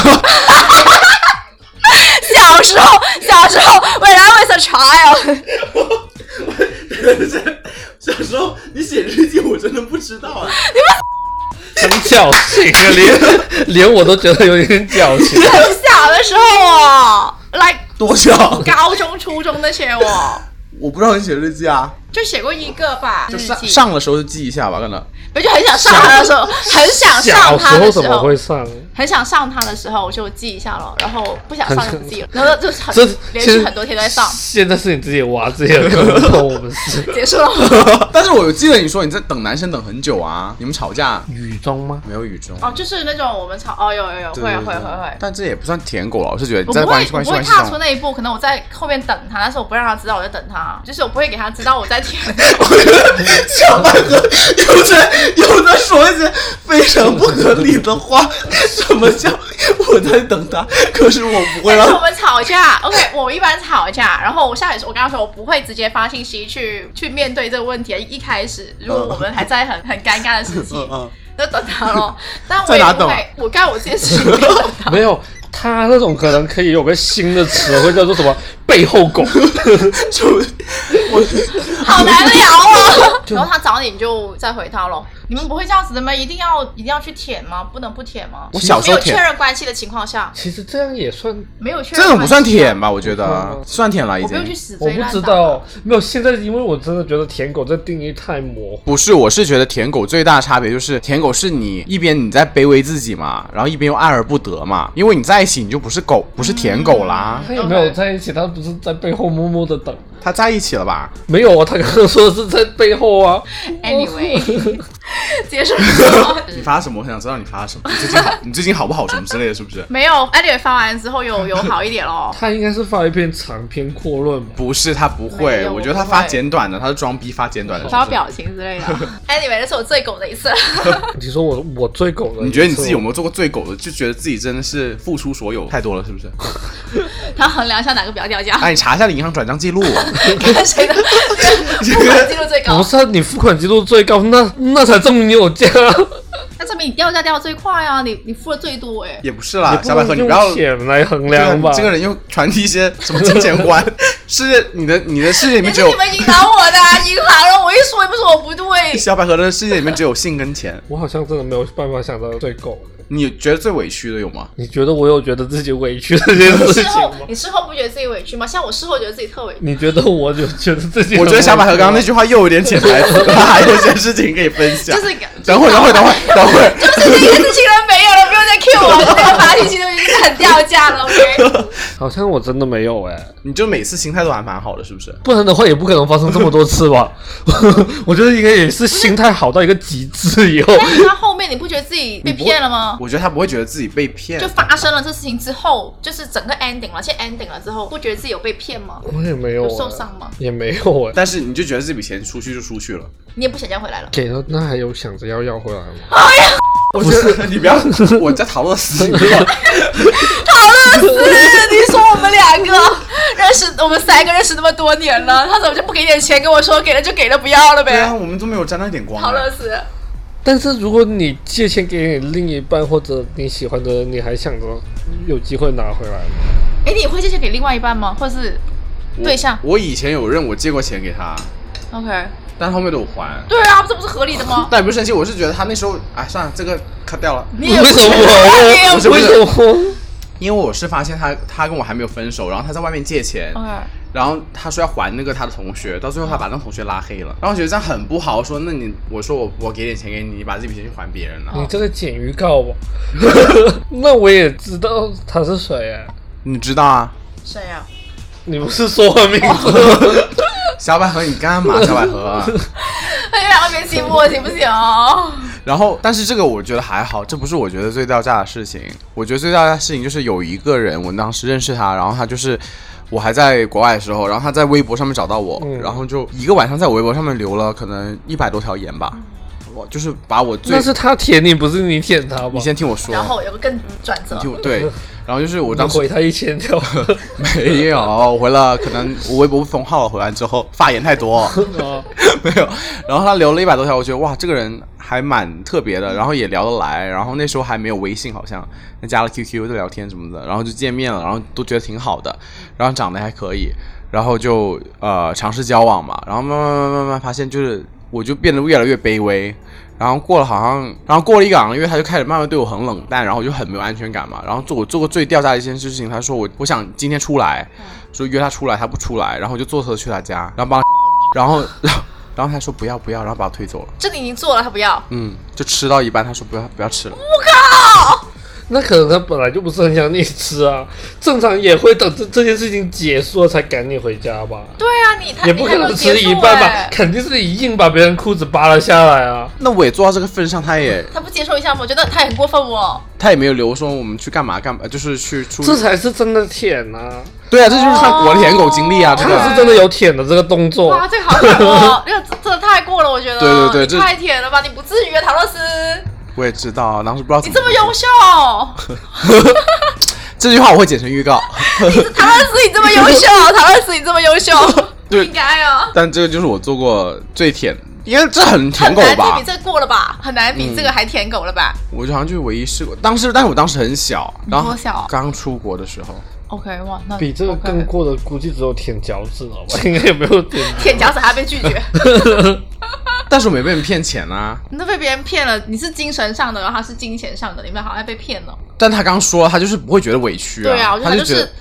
[SPEAKER 3] 时候，小时候，when I was a child，
[SPEAKER 4] 小时候你写日记，我真的不知道啊。
[SPEAKER 1] 很矫情啊， 连连我都觉得有点矫情。
[SPEAKER 3] 很小的时候哦，like
[SPEAKER 2] 多少？
[SPEAKER 3] 高中、初中那些我。
[SPEAKER 2] 我不知道你写日记啊，
[SPEAKER 3] 就写过一个吧，
[SPEAKER 2] 就
[SPEAKER 3] 日
[SPEAKER 2] 上
[SPEAKER 3] 记，
[SPEAKER 2] 上的时候就记一下吧，可能。
[SPEAKER 3] 我就很想上他的时候，很想
[SPEAKER 1] 小
[SPEAKER 3] 上他的
[SPEAKER 1] 怎
[SPEAKER 3] 时
[SPEAKER 1] 么
[SPEAKER 3] 候
[SPEAKER 1] 会，上？
[SPEAKER 3] 很想上他的时候，我就记一下了，然后不想上就不记了，然后就是很
[SPEAKER 1] 这
[SPEAKER 3] 连
[SPEAKER 1] 其
[SPEAKER 3] 续
[SPEAKER 1] 实
[SPEAKER 3] 很多天都在上，
[SPEAKER 1] 现在是你自己挖自己的坑， 不关我们事。
[SPEAKER 3] 结束了。
[SPEAKER 2] 但是我有记得你说你在等男生等很久啊，你们吵架
[SPEAKER 1] 雨中吗？
[SPEAKER 2] 没有雨中？
[SPEAKER 3] 哦，就是那种我们吵，哦，有有有，
[SPEAKER 2] 对
[SPEAKER 3] 会
[SPEAKER 2] 对
[SPEAKER 3] 会
[SPEAKER 2] 对
[SPEAKER 3] 会会。
[SPEAKER 2] 但这也不算舔狗了，我是觉得
[SPEAKER 3] 我
[SPEAKER 2] 你在
[SPEAKER 3] 不
[SPEAKER 2] 关
[SPEAKER 3] 会，
[SPEAKER 2] 系
[SPEAKER 3] 我
[SPEAKER 2] 关系
[SPEAKER 3] 不会
[SPEAKER 2] 关系
[SPEAKER 3] 踏出
[SPEAKER 2] 上，
[SPEAKER 3] 那一步，可能我在后面等他，但是我不让他知道我在等他，就是我不会给他知道我在舔。
[SPEAKER 2] 小白哥有在有在说一些非常不合理的话，什么叫我在等他？可是我不会
[SPEAKER 3] 但是我
[SPEAKER 2] 让。
[SPEAKER 3] 们吵架，OK，我 一般吵架，然后我下也是我跟他说，我不会直接发信息去去面对这个问题。一开始，如果我们还在很很尴尬的时期，
[SPEAKER 2] 嗯
[SPEAKER 3] 就等 他咯。但我也
[SPEAKER 2] 在哪
[SPEAKER 3] 不
[SPEAKER 2] 等啊
[SPEAKER 3] 会，我干我自己的 事情。我
[SPEAKER 1] 没有，他那种可能可以有个新的词汇叫做什么背后 狗。
[SPEAKER 2] 嗯，就我
[SPEAKER 3] 好难聊 哦。然后他找你，你就再回他咯。你们不会这样子的吗？一定要一定要去舔吗？不能不舔吗？
[SPEAKER 2] 我小时
[SPEAKER 3] 没
[SPEAKER 2] 候
[SPEAKER 3] 有确
[SPEAKER 2] 舔
[SPEAKER 3] 认关系的情况下，
[SPEAKER 1] 其实这样也算，
[SPEAKER 3] 没有确认
[SPEAKER 2] 这种不算
[SPEAKER 3] 关系啊
[SPEAKER 2] 舔？吧？我觉得算舔了已
[SPEAKER 3] 我不用去
[SPEAKER 2] 经。
[SPEAKER 3] 死
[SPEAKER 1] 我
[SPEAKER 3] 追
[SPEAKER 1] 不
[SPEAKER 3] 烂
[SPEAKER 1] 知
[SPEAKER 3] 打吧
[SPEAKER 1] 道。没有，现在因为我真的觉得舔狗这定义太模糊。
[SPEAKER 2] 不是，我是觉得舔狗最大的差别就是，舔狗是你一边你在卑微自己嘛，然后一边又爱而不得嘛，因为你在一起你就不是狗，不是舔狗啦，
[SPEAKER 3] 嗯
[SPEAKER 1] 他也没有在一起，他不是在背后默默的等。
[SPEAKER 2] 他在一起了吧？
[SPEAKER 1] 没有啊，他刚刚说的是在背后啊。
[SPEAKER 3] Anyway，结束了。
[SPEAKER 2] 你发什么？我想知道你发什么。你最近好你最近好不好什么之类的，是不是？
[SPEAKER 3] 没有，anyway 发完之后有有好一点咯。
[SPEAKER 1] 他应该是发一篇长篇阔论吧？
[SPEAKER 2] 不是，他不
[SPEAKER 3] 没
[SPEAKER 2] 会。
[SPEAKER 3] 有
[SPEAKER 2] 我觉得他
[SPEAKER 3] 我不
[SPEAKER 2] 发
[SPEAKER 3] 会
[SPEAKER 2] 简短的，他是装逼发简短的。
[SPEAKER 3] 发表情之 类的。anyway，这是我最狗的一 次。
[SPEAKER 1] 你说我我最狗的，
[SPEAKER 2] 你觉得你自己有没有做过最狗的？就觉得自己真的是付出所有太多了，是 不是？
[SPEAKER 3] 他衡量一下哪个比较掉价，
[SPEAKER 2] 哎，你查一下你银行转账记录。
[SPEAKER 3] 看谁的付款记录最
[SPEAKER 1] 不
[SPEAKER 3] 高。
[SPEAKER 1] 是啊你付款记录最高，那那才证明你有 价。
[SPEAKER 3] 那证明你掉价掉得最快啊，你你付的最多哎。
[SPEAKER 2] 也不是啦，
[SPEAKER 1] 你
[SPEAKER 2] 小百合，
[SPEAKER 1] 能
[SPEAKER 2] 你
[SPEAKER 1] 用
[SPEAKER 2] 不要
[SPEAKER 1] 钱来衡
[SPEAKER 2] 对啊
[SPEAKER 1] 量吧？
[SPEAKER 2] 你这个人又传递一些什么金钱观？ 是你的你的世界里
[SPEAKER 3] 那
[SPEAKER 2] 面只
[SPEAKER 3] 是
[SPEAKER 2] 有
[SPEAKER 3] 你们引导我的啊， 银行让我一说，你不说我不对。
[SPEAKER 2] 小百合的世界里面只有性跟钱。
[SPEAKER 1] 我好像真的没有办法想到最狗的。
[SPEAKER 2] 你觉得最委屈的有吗？
[SPEAKER 1] 你觉得我有觉得自己委屈这件事
[SPEAKER 3] 事
[SPEAKER 1] 情
[SPEAKER 3] 后
[SPEAKER 1] 吗？
[SPEAKER 3] 你事后不觉得自己委屈吗？像我事后觉得自己特
[SPEAKER 2] 嗯
[SPEAKER 3] 委屈。
[SPEAKER 1] 你觉得我就觉得自己很委屈吗？
[SPEAKER 2] 我觉得小百合刚刚那句话又有点潜台 词，她还有一些事情可以分享。
[SPEAKER 3] 就是
[SPEAKER 2] 等会儿，等会儿，等会儿，等会儿。
[SPEAKER 3] 就是这个事情都没有了，不用再 Q 我了，那个发信息都已经是很掉价了，OK？
[SPEAKER 1] 好像我真的没有哎、
[SPEAKER 2] 你就每次心态都还蛮好的，是不是？
[SPEAKER 3] 哦
[SPEAKER 1] 不然的话也不可能发生这么多次吧。 我觉得应该也是心态好到一个极致以后，
[SPEAKER 3] 但是他后面你不觉得自己被
[SPEAKER 2] 你不
[SPEAKER 3] 骗了吗？
[SPEAKER 2] 我觉得他不会觉得自己被骗
[SPEAKER 3] 就。发生了这事情之后，就是整个 ending 了，现在 ending 了之后，不觉得自己有被骗吗？
[SPEAKER 1] 我也没有、
[SPEAKER 3] 有
[SPEAKER 1] 欸、
[SPEAKER 3] 受伤吗？
[SPEAKER 1] 也没有哎、
[SPEAKER 2] 但是你就觉得这笔钱出去就出去了，
[SPEAKER 3] 你也不想要回来了。
[SPEAKER 1] 给了那还有想着要要回来吗？
[SPEAKER 2] 我觉得你不啊要，我在讨论死你 了。
[SPEAKER 3] 好乐死！ 你说我们两个认识，我们三个认识那么多年了，他怎么就不给点钱？跟我说给了就给了，不要了
[SPEAKER 2] 对啊，
[SPEAKER 3] 呗。
[SPEAKER 2] 我们都没有沾到一点光啊。
[SPEAKER 3] 好乐死！
[SPEAKER 1] 但是如果你借钱给你另一半或者你喜欢的人，你还想着有机会拿回来吗？
[SPEAKER 3] 哎，你会借钱给另外一半吗？或是
[SPEAKER 2] 我
[SPEAKER 3] 对象
[SPEAKER 2] 我以前有认我借过钱给他，
[SPEAKER 3] OK？
[SPEAKER 2] 但后面都有还。
[SPEAKER 3] 对啊，这不是合理的 吗？
[SPEAKER 2] 但也不是生气，我是觉得他那时候，哎，算了，这个 cut 掉了。
[SPEAKER 3] 你也啊
[SPEAKER 1] 为什么
[SPEAKER 3] 你也啊
[SPEAKER 1] 我？
[SPEAKER 2] 不是不
[SPEAKER 1] 为
[SPEAKER 2] 是
[SPEAKER 1] 什么？
[SPEAKER 2] 因为我是发现他他跟我还没有分手，然后他在外面借钱，
[SPEAKER 3] OK，
[SPEAKER 2] 然后他说要还那个他的同学，到最后他把那个同学拉黑了，然后我觉得这样很不好。我说那你我说我我给点钱给你，你把这笔钱去还别人了。
[SPEAKER 1] 你这个剪预告吧？ 那我也知道他是谁哎，
[SPEAKER 2] 你知道啊，
[SPEAKER 3] 谁啊？
[SPEAKER 1] 你不是说我名字？
[SPEAKER 2] 小百合你干嘛？小百合。啊
[SPEAKER 3] 哎呀，别欺负我行不行？
[SPEAKER 2] 然后，但是这个我觉得还好，这不是我觉得最掉价的事情。我觉得最掉价的事情就是有一个人，我当时认识他，然后他就是我还在国外的时候，然后他在微博上面找到我，
[SPEAKER 1] 嗯
[SPEAKER 2] 然后就一个晚上在我微博上面留了可能一百多条言吧，我就是把我最
[SPEAKER 1] 那是他舔你，不是你舔他吧？
[SPEAKER 2] 你先听我说，
[SPEAKER 3] 然后有个更转折
[SPEAKER 2] 你，听我对，然后就是我
[SPEAKER 1] 能
[SPEAKER 2] 当时
[SPEAKER 1] 回他一千条，
[SPEAKER 2] 没有，我回了，可能我微博封号了，回完之后发言太多， 没有。然后他留了一百多条，我觉得哇，这个人还蛮特别的，然后也聊得来。然后那时候还没有微信，好像那加了 QQ 在聊天什么的，然后就见面了，然后都觉得挺好的，然后长得还可以，然后就呃尝试交往嘛，然后慢慢慢慢慢慢发现就是我就变得越来越卑微，然后过了好像，然后过了一两个月，他就开始慢慢对我很冷淡，然后我就很没有安全感嘛。然后做我做过最掉价的一件事情，他说我我想今天出来，说约他出来，他不出来，然后我就坐车去他家，然后帮他然后 然后然后他说不要不要，然后把我推走了。
[SPEAKER 3] 这你已经做了，他不要。
[SPEAKER 2] 嗯，就吃到一半，他说不要不要吃了。
[SPEAKER 1] 那可能他本来就不是很想你吃啊，正常也会等这这件事情结束了才赶你回家吧。
[SPEAKER 3] 对啊，你他
[SPEAKER 1] 也不可能吃一半吧，
[SPEAKER 3] 你还没有接受哎
[SPEAKER 1] 肯定是你硬把别人裤子扒了下来啊！
[SPEAKER 2] 那我也做到这个份上，他也
[SPEAKER 3] 他不接受一下吗？我觉得他也很过分哦。
[SPEAKER 2] 他也没有留说我们去干嘛干嘛，就是去出
[SPEAKER 1] 这才是真的舔啊！
[SPEAKER 2] 对啊，这就是
[SPEAKER 3] 哦
[SPEAKER 2] 他我的舔狗经历啊，这
[SPEAKER 1] 他
[SPEAKER 2] 个
[SPEAKER 1] 是真的有舔的这个动作，
[SPEAKER 3] 哇，这个好狠 哦，这个真真的太过了，我觉得。
[SPEAKER 2] 对对对
[SPEAKER 3] 你
[SPEAKER 2] 这
[SPEAKER 3] 太甜了吧？你不至于啊，陶乐斯，
[SPEAKER 2] 我也知道，当时不知道怎
[SPEAKER 3] 你
[SPEAKER 2] 么
[SPEAKER 3] 这么优秀，
[SPEAKER 2] 这句话我会剪成预 告。
[SPEAKER 3] 陶乐斯你这么优秀，陶乐斯你这么优秀，不
[SPEAKER 2] 对
[SPEAKER 3] 应该啊。
[SPEAKER 2] 但这个就是我做过最舔，因为这很舔
[SPEAKER 3] 很
[SPEAKER 2] 狗
[SPEAKER 3] 难
[SPEAKER 2] 吧嗯
[SPEAKER 3] 比？这个过了吧？很难比这个还舔狗了吧
[SPEAKER 2] 我就好像就是唯一试过，当时但是我当时很小，然后
[SPEAKER 3] 多小啊
[SPEAKER 2] 刚出国的时候，
[SPEAKER 3] ？OK，哇，那
[SPEAKER 1] 比这个
[SPEAKER 3] OK
[SPEAKER 1] 更过的估计只有舔脚趾了吧？应该也没有舔。
[SPEAKER 3] 舔脚趾还被拒绝，
[SPEAKER 2] 但是我没被人骗钱啊。
[SPEAKER 3] 你都被别人骗了，你是精神上的，然后他是金钱上的，你们好像被骗了。
[SPEAKER 2] 但他刚说了，他就是不会觉得委屈
[SPEAKER 3] 对啊，我觉得
[SPEAKER 2] 他
[SPEAKER 3] 他
[SPEAKER 2] 就
[SPEAKER 3] 就
[SPEAKER 2] 觉
[SPEAKER 3] 是
[SPEAKER 2] 得。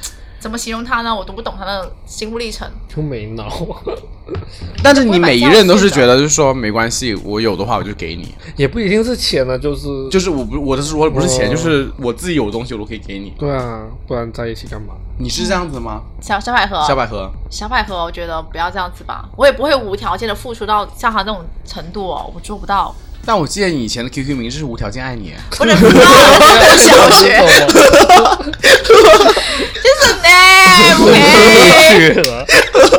[SPEAKER 3] 怎么形容他呢？我都不懂他的心路历程。
[SPEAKER 1] 就没脑，
[SPEAKER 2] 但是你每一任都是觉得就是说没关系，我有的话我就给你，
[SPEAKER 1] 也不一定是钱了，就是
[SPEAKER 2] 就是我不我的是我不是钱，
[SPEAKER 1] 哦
[SPEAKER 2] 就是我自己有东西我都可以给你。
[SPEAKER 1] 对啊，不然在一起干嘛？
[SPEAKER 2] 你是这样子吗？
[SPEAKER 3] 小小百合，
[SPEAKER 2] 小百合，
[SPEAKER 3] 小百合，我觉得不要这样子吧，我也不会无条件的付出到像他那种程度哦，我做不到。
[SPEAKER 2] 但我记得你以前的 QQ 名是无条件爱你，
[SPEAKER 3] 不能不到小学，就是呢，OK，
[SPEAKER 1] 去
[SPEAKER 2] 哎
[SPEAKER 1] 了，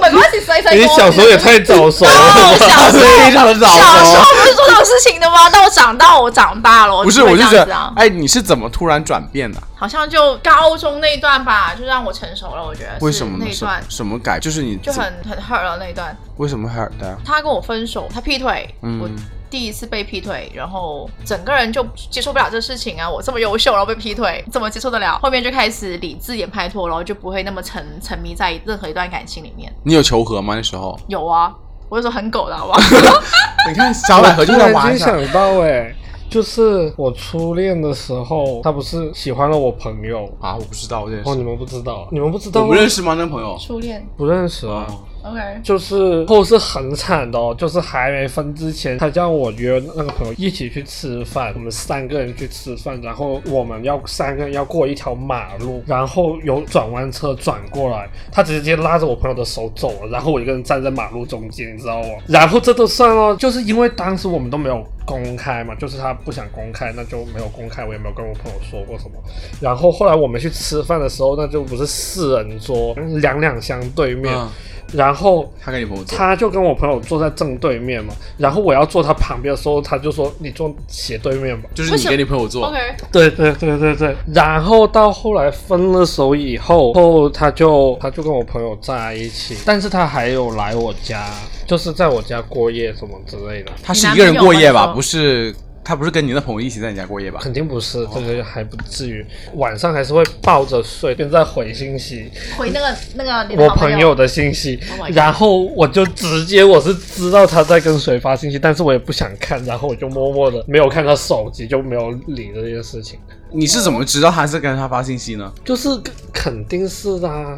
[SPEAKER 3] 没关系，谁 谁
[SPEAKER 1] 你
[SPEAKER 3] 跟我
[SPEAKER 1] 小时候也太早熟
[SPEAKER 3] 哦
[SPEAKER 1] 了吧？
[SPEAKER 3] 小时候
[SPEAKER 2] 非常的早
[SPEAKER 3] 小时
[SPEAKER 2] 熟
[SPEAKER 3] 候。不是做这啊种事情的吗？到我长大，我长大了，
[SPEAKER 2] 不是，
[SPEAKER 3] 会
[SPEAKER 2] 我就
[SPEAKER 3] 这
[SPEAKER 2] 觉
[SPEAKER 3] 样子
[SPEAKER 2] 得
[SPEAKER 3] 啊，，
[SPEAKER 2] 哎，你是怎么突然转变的？
[SPEAKER 3] 好像就高中那一段吧，就让我成熟了，我觉得是
[SPEAKER 2] 为什么
[SPEAKER 3] 那
[SPEAKER 2] 呢？
[SPEAKER 3] 一
[SPEAKER 2] 什
[SPEAKER 3] 段
[SPEAKER 2] 什么改？就是你
[SPEAKER 3] 就
[SPEAKER 2] 怎
[SPEAKER 3] 很很 hurt 了那一段。
[SPEAKER 2] 为什么会 hurt 的？
[SPEAKER 3] 他跟我分手，他劈腿，
[SPEAKER 2] 啊嗯
[SPEAKER 3] 我第一次被劈腿，然后整个人就接受不了这事情啊！我这么优秀，然后被劈腿，怎么接受得了？后面就开始理智也拍脱了，然后就不会那么沉沉迷在任何一段感情里面。
[SPEAKER 2] 你有求和吗？那时候？
[SPEAKER 3] 有啊，我就说很狗的好不好？
[SPEAKER 2] 你看小百合就
[SPEAKER 1] 突
[SPEAKER 2] 在
[SPEAKER 1] 然
[SPEAKER 2] 玩
[SPEAKER 1] 间
[SPEAKER 2] 一下，
[SPEAKER 1] 想到、哎，就是我初恋的时候，他不是喜欢了我朋友。
[SPEAKER 2] 啊！我不知道这件
[SPEAKER 1] 哦，
[SPEAKER 2] 事，
[SPEAKER 1] 你们不知道，你们不知道
[SPEAKER 2] 我
[SPEAKER 1] 吗，
[SPEAKER 2] 不认识吗？那朋友？
[SPEAKER 3] 初恋
[SPEAKER 1] 不认识啊。
[SPEAKER 3] ，OK，
[SPEAKER 1] 就是后是很惨的哦，就是还没分之前，他叫我约那个朋友一起去吃饭，我们三个人去吃饭，然后我们要三个人要过一条马路，然后有转弯车转过来，他直接拉着我朋友的手走了，然后我一个人站在马路中间，你知道吗？然后这都算哦，就是因为当时我们都没有公开嘛，就是他不想公开，那就没有公开，我也没有跟我朋友说过什么。然后后来我们去吃饭的时候，那就不是四人桌，两两相对面，
[SPEAKER 2] 嗯
[SPEAKER 1] 然后
[SPEAKER 2] 他跟你朋友做，
[SPEAKER 1] 他就跟我朋友坐在正对面嘛，然后我要坐他旁边的时候，他就说你坐斜对面吧。
[SPEAKER 2] 就是你跟你朋友做，
[SPEAKER 3] OK，
[SPEAKER 1] 对对对对对。然后到后来分了手以后，后他就他就跟我朋友在一起，但是他还有来我家，就是在我家过夜什么之类的。
[SPEAKER 2] 他是一个人过夜吧？不是他不是跟你那朋友一起在你家过夜吧？
[SPEAKER 1] 肯定不是，这个还不至于。晚上还是会抱着睡，边在回信息，
[SPEAKER 3] 回那个那个你的
[SPEAKER 1] 我
[SPEAKER 3] 好
[SPEAKER 1] 朋友
[SPEAKER 3] 友
[SPEAKER 1] 的信息
[SPEAKER 3] Oh my，God
[SPEAKER 1] 然后我就直接我是知道他在跟谁发信息，但是我也不想看，然后我就默默的没有看他手机，就没有理这件事情。
[SPEAKER 2] 你是怎么知道他是跟他发信息呢？
[SPEAKER 1] 就是肯定是的、啊，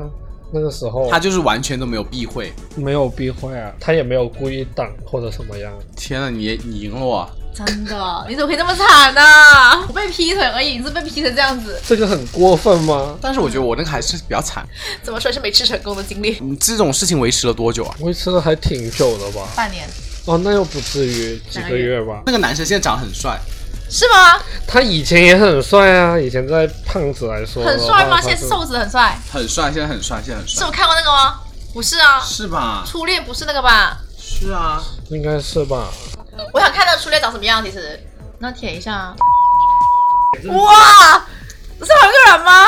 [SPEAKER 1] 那个时候
[SPEAKER 2] 他就是完全都没有避讳。
[SPEAKER 1] 没有避讳啊，他也没有故意挡或者什么样。
[SPEAKER 2] 天呐，你你赢了啊我！
[SPEAKER 3] 真的，你怎么可以这么惨呢、我被劈腿而已，你是被劈成这样子，
[SPEAKER 1] 这个很过分吗？
[SPEAKER 2] 但是我觉得我那个还是比较惨。
[SPEAKER 3] 怎么说也是没吃成功的经历。
[SPEAKER 2] 你这种事情维持了多久啊？
[SPEAKER 1] 维持了还挺久的吧？
[SPEAKER 3] 半年
[SPEAKER 1] 哦，那又不至于几个月吧？
[SPEAKER 2] 那个男生现在长得很帅，
[SPEAKER 3] 是吗？
[SPEAKER 1] 他以前也很帅啊，以前在胖子来说
[SPEAKER 3] 很帅吗？
[SPEAKER 1] 的话
[SPEAKER 3] 现在
[SPEAKER 1] 他是
[SPEAKER 3] 瘦子很帅，
[SPEAKER 2] 很帅，现在很帅，现在很
[SPEAKER 3] 是
[SPEAKER 2] 帅
[SPEAKER 3] 我，看过那个吗？不是啊，
[SPEAKER 2] 是吧？
[SPEAKER 3] 初恋不是那个吧？
[SPEAKER 4] 是啊，
[SPEAKER 1] 应该是吧？
[SPEAKER 3] 我想看那个初恋长什么样，其实那舔一下啊。哇，这是同一个人吗？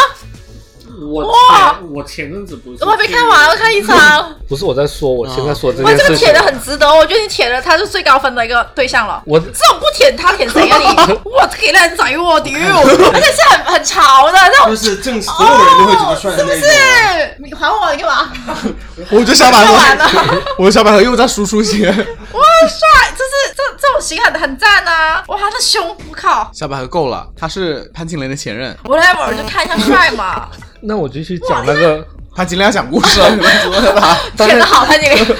[SPEAKER 1] 我
[SPEAKER 3] 哇
[SPEAKER 1] 我前阵子不是
[SPEAKER 3] 我还没看完，我看一 场。
[SPEAKER 1] 不是我在说，我
[SPEAKER 2] 哦
[SPEAKER 1] 现在说这
[SPEAKER 3] 哇，
[SPEAKER 1] 件
[SPEAKER 3] 这个
[SPEAKER 1] 事情
[SPEAKER 3] 舔的。很值得哦，我觉得你舔了他是最高分的一个对象了。
[SPEAKER 1] 我
[SPEAKER 3] 这种不舔他舔谁啊 你？我舔了很宰我丢，而且是很很潮的那
[SPEAKER 4] 就
[SPEAKER 3] 种。
[SPEAKER 4] 是正所有人都会觉得帅
[SPEAKER 3] 是
[SPEAKER 4] 的
[SPEAKER 3] 不
[SPEAKER 4] 那种。啊
[SPEAKER 3] 是？你还我，你干嘛？
[SPEAKER 2] 我这小百
[SPEAKER 3] 看完了
[SPEAKER 2] 合， 我的小百合又在输出血。
[SPEAKER 3] 哇，帅！这是这这种型很很赞啊！哇，他的胸，我靠
[SPEAKER 2] 小百合够了，他是潘金莲的前任。
[SPEAKER 3] ，whatever，就看一下帅嘛。
[SPEAKER 1] 那我继续讲那个，
[SPEAKER 2] 潘金莲要讲故事了，你们说的 吧？
[SPEAKER 1] 当
[SPEAKER 3] 舔
[SPEAKER 1] 然
[SPEAKER 3] 的好，他这个。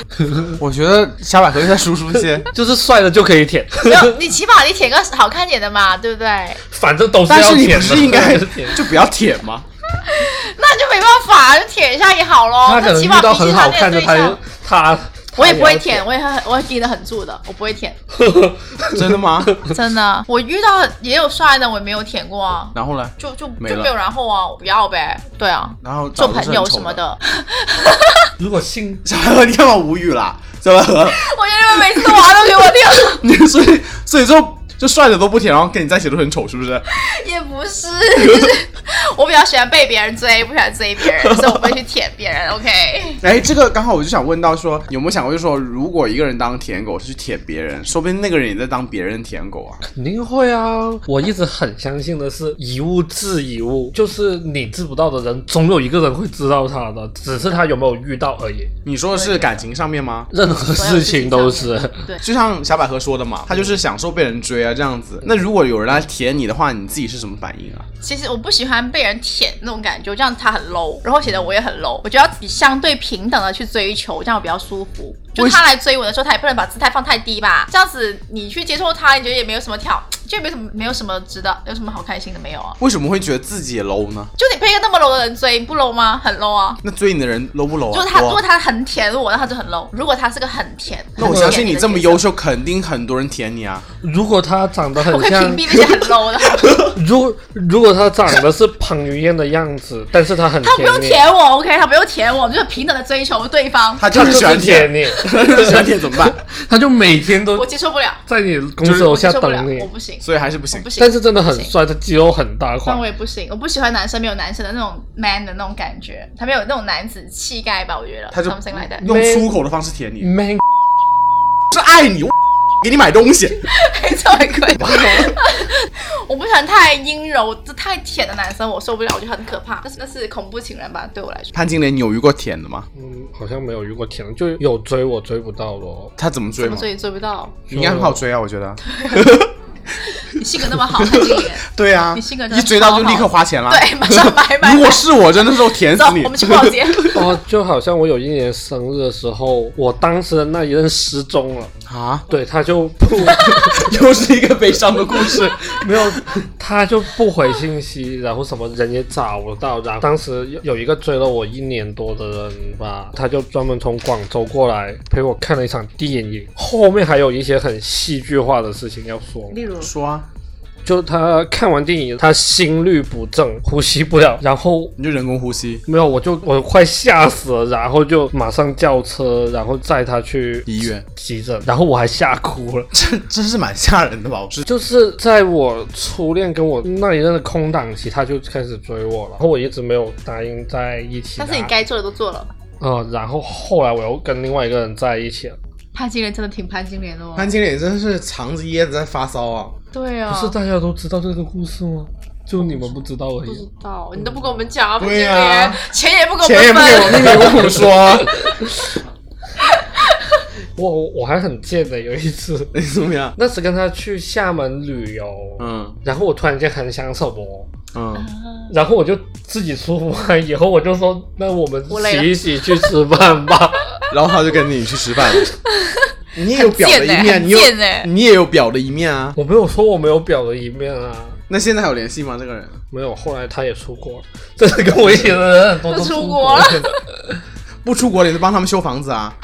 [SPEAKER 2] 我觉得小百合又在输出血，
[SPEAKER 1] 就是帅的就可以舔，
[SPEAKER 3] 没有，你起码你舔个好看点的嘛，对不对？
[SPEAKER 1] 反正都是
[SPEAKER 2] 但
[SPEAKER 1] 要
[SPEAKER 2] 是你
[SPEAKER 1] 舔
[SPEAKER 2] 不
[SPEAKER 1] 的。
[SPEAKER 2] 是 应该
[SPEAKER 3] 哦
[SPEAKER 1] 舔
[SPEAKER 2] 就不要舔吗？
[SPEAKER 3] 那就没办法，就舔一下也好咯。
[SPEAKER 1] 他可
[SPEAKER 3] 那
[SPEAKER 1] 能
[SPEAKER 3] 起
[SPEAKER 1] 遇
[SPEAKER 3] 码
[SPEAKER 1] 到
[SPEAKER 3] 比起
[SPEAKER 1] 很好
[SPEAKER 3] 那个
[SPEAKER 1] 看的
[SPEAKER 3] 对
[SPEAKER 1] 他
[SPEAKER 3] 象，
[SPEAKER 1] 他
[SPEAKER 3] 我也不会
[SPEAKER 1] 要
[SPEAKER 3] 舔，我也很我会憋得很住的，我不会 舔，
[SPEAKER 2] 真的吗？
[SPEAKER 3] 真的。我遇到也有帅的，我也没有舔过啊，
[SPEAKER 2] 然后呢？
[SPEAKER 3] 就就就
[SPEAKER 2] 没了
[SPEAKER 3] 没有然后啊，我不要呗。对啊，
[SPEAKER 2] 然后长
[SPEAKER 3] 做
[SPEAKER 2] 得
[SPEAKER 3] 朋
[SPEAKER 2] 是很
[SPEAKER 3] 友
[SPEAKER 2] 丑
[SPEAKER 3] 什么
[SPEAKER 2] 的。
[SPEAKER 3] 的，
[SPEAKER 1] 如果性
[SPEAKER 2] 小百合，你干嘛无语啦？小百合，
[SPEAKER 3] 我觉得你们每次都玩都给我舔，
[SPEAKER 2] 你 所以所以就就帅的都不舔，然后跟你在一起都很丑，是不是？
[SPEAKER 3] 也不是， 就是我比较喜欢被别人追，不喜欢追别人，所以我不会去舔别人。OK，
[SPEAKER 2] 哎，这个刚好我就想问到说，有没有想过，就说如果一个人当舔狗是去舔别人，说不定那个人也在当别人的舔狗啊。
[SPEAKER 1] 肯定会啊！我一直很相信的是以物治以物，就是你治不到的人，总有一个人会知道他的，只是他有没有遇到而已。
[SPEAKER 2] 你说的是感情上面吗？
[SPEAKER 1] 任何事情都是，
[SPEAKER 2] 就像小百合说的嘛，他就是享受被人追啊这样子。那如果有人来舔你的话，你自己是什么反应啊？
[SPEAKER 3] 其实我不喜欢被人舔那种感觉，这样他很 low，然后显得我也很 low。我觉得要比相对平等的去追求，这样我比较舒服。就
[SPEAKER 2] 为什
[SPEAKER 3] 他来追我的时候，他也不能把姿态放太低吧？这样子你去接受他，你觉得也没有什么挑，就也没有什么没有什么值得，有什么好开心的没有啊？
[SPEAKER 2] 为什么会觉得自己也 low 呢？
[SPEAKER 3] 就你被一个那么 low 的人追，你不 low 吗？很 low 啊！
[SPEAKER 2] 那追你的人 low 不 low 啊？
[SPEAKER 3] 就是他，如
[SPEAKER 2] 多
[SPEAKER 3] 果
[SPEAKER 2] 啊。
[SPEAKER 3] 他很舔我，那他就很 low；如果他是个很舔，
[SPEAKER 2] 那我
[SPEAKER 3] 很
[SPEAKER 2] 相信
[SPEAKER 3] 舔
[SPEAKER 2] 你
[SPEAKER 3] 的
[SPEAKER 2] 这么
[SPEAKER 3] 角色
[SPEAKER 2] 优，秀，肯定很多人舔你啊。
[SPEAKER 1] 如果他长得
[SPEAKER 3] 我
[SPEAKER 1] 很
[SPEAKER 3] 可以
[SPEAKER 1] 像
[SPEAKER 3] 屏，蔽那些很 low 的。
[SPEAKER 1] 如如果他长得是彭于晏的样子，但是他很
[SPEAKER 3] 他不用
[SPEAKER 1] 你，
[SPEAKER 3] 舔我，OK，他不用舔我，就是平等的追求对 方，
[SPEAKER 2] 他就
[SPEAKER 1] 他就是
[SPEAKER 2] 喜欢
[SPEAKER 1] 是
[SPEAKER 2] 舔
[SPEAKER 1] 舔，你，
[SPEAKER 2] 他就是喜欢舔怎么办？
[SPEAKER 1] 他就每天都
[SPEAKER 3] 我接受不了，
[SPEAKER 1] 在你公司楼
[SPEAKER 3] 我接
[SPEAKER 1] 下
[SPEAKER 3] 受不了
[SPEAKER 1] 等，你
[SPEAKER 3] 我。不行，
[SPEAKER 2] 所以还是不行
[SPEAKER 3] 我不。行。
[SPEAKER 1] 但是真的很
[SPEAKER 3] 不行
[SPEAKER 1] 帅，他肌肉很大块
[SPEAKER 3] 但。我也不行，我不喜欢男生没有男生的那种 man 的那种感觉，他没有那种男子气概吧，我觉得。
[SPEAKER 2] 他就
[SPEAKER 3] something like that，
[SPEAKER 2] 用粗口的方式舔你，
[SPEAKER 1] man，
[SPEAKER 2] 是爱你，我给你买东西。
[SPEAKER 3] 这么贵。我不喜欢太阴柔、这太舔的男生，我受不了，我觉得很可怕。但是那是恐怖情人吧，对我来说。
[SPEAKER 2] 潘金莲，你有遇过舔的吗？
[SPEAKER 1] 嗯，好像没有遇过舔，就有追我追不到咯。
[SPEAKER 2] 他怎么追
[SPEAKER 3] 怎么
[SPEAKER 2] 吗？
[SPEAKER 3] 追也追不到？
[SPEAKER 2] 应该很好追啊，我觉得。
[SPEAKER 3] 你性格那么好，潘金莲，
[SPEAKER 2] 对啊，
[SPEAKER 3] 你性格真的
[SPEAKER 2] 一追到就立刻花钱了。
[SPEAKER 3] 对，马上买 买。
[SPEAKER 2] 如果是我，真的是我舔死
[SPEAKER 3] 走，
[SPEAKER 2] 你
[SPEAKER 3] 我。们去逛街。
[SPEAKER 1] 哦，就好像我有一年生日的时候，我当时的那一任失踪了，
[SPEAKER 2] 啊，
[SPEAKER 1] 对，他就不
[SPEAKER 2] 又是一个悲伤的故事。
[SPEAKER 1] 没有， 他就不回信息，然后什么人也找不到，然后当时有有一个追了我一年多的人吧，他就专门从广州过来陪我看了一场电影，后面还有一些很戏剧化的事情要说，
[SPEAKER 3] 例 如，
[SPEAKER 2] 说啊，
[SPEAKER 1] 就他看完电影，他心律不正，呼吸不了，然后
[SPEAKER 2] 你就人工呼吸，
[SPEAKER 1] 没有，我就我快吓死了，然后就马上叫车，然后载他去
[SPEAKER 2] 医院
[SPEAKER 1] 急诊，然后我还吓哭了。
[SPEAKER 2] 这真是蛮吓人的吧？我是
[SPEAKER 1] 就是在我初恋跟我那一任的空档期，他就开始追我了，然后我一直没有答应在一起的啊。
[SPEAKER 3] 但是你该做的都做了。
[SPEAKER 1] 呃，然后后来我又跟另外一个人在一起了。
[SPEAKER 3] 潘金莲真的挺潘金莲的哦。
[SPEAKER 2] 潘金莲真是藏着掖着在发骚啊！
[SPEAKER 3] 对啊，
[SPEAKER 1] 不是大家都知道这个故事吗？就你们不知道
[SPEAKER 5] 不
[SPEAKER 1] 而
[SPEAKER 5] 知
[SPEAKER 1] 已。
[SPEAKER 5] 道，你都不跟我们讲啊，不
[SPEAKER 2] 对
[SPEAKER 5] 接
[SPEAKER 2] 啊
[SPEAKER 5] 连
[SPEAKER 3] 钱也不给我
[SPEAKER 2] 钱也
[SPEAKER 3] 们
[SPEAKER 2] 不给我，
[SPEAKER 3] 分，
[SPEAKER 2] 们，也不跟我们说，
[SPEAKER 1] 我我我还很贱的，有一次，
[SPEAKER 2] 你怎么样？
[SPEAKER 1] 那次跟他去厦门旅游，
[SPEAKER 2] 嗯
[SPEAKER 1] 然后我突然间很想什么，
[SPEAKER 3] 啊
[SPEAKER 2] 嗯，
[SPEAKER 1] 然后我就自己出门，以后我就说，那我们
[SPEAKER 3] 我累了
[SPEAKER 1] 洗一洗去吃饭吧。
[SPEAKER 2] 然后他就跟你去吃 饭了。你也有表的一
[SPEAKER 3] 很贱欸
[SPEAKER 2] 面，
[SPEAKER 3] 很
[SPEAKER 2] 你有
[SPEAKER 3] 贱欸
[SPEAKER 2] 你也有表的一面啊。
[SPEAKER 1] 我没有说我没有表的一面啊，
[SPEAKER 2] 那现在还有联系吗？这个人
[SPEAKER 1] 没有。后来他也出国了，真的跟我一起的人很多都
[SPEAKER 3] 都出
[SPEAKER 1] 出
[SPEAKER 3] 国了
[SPEAKER 1] 了。
[SPEAKER 2] 不出国，你就帮他们修房子 啊。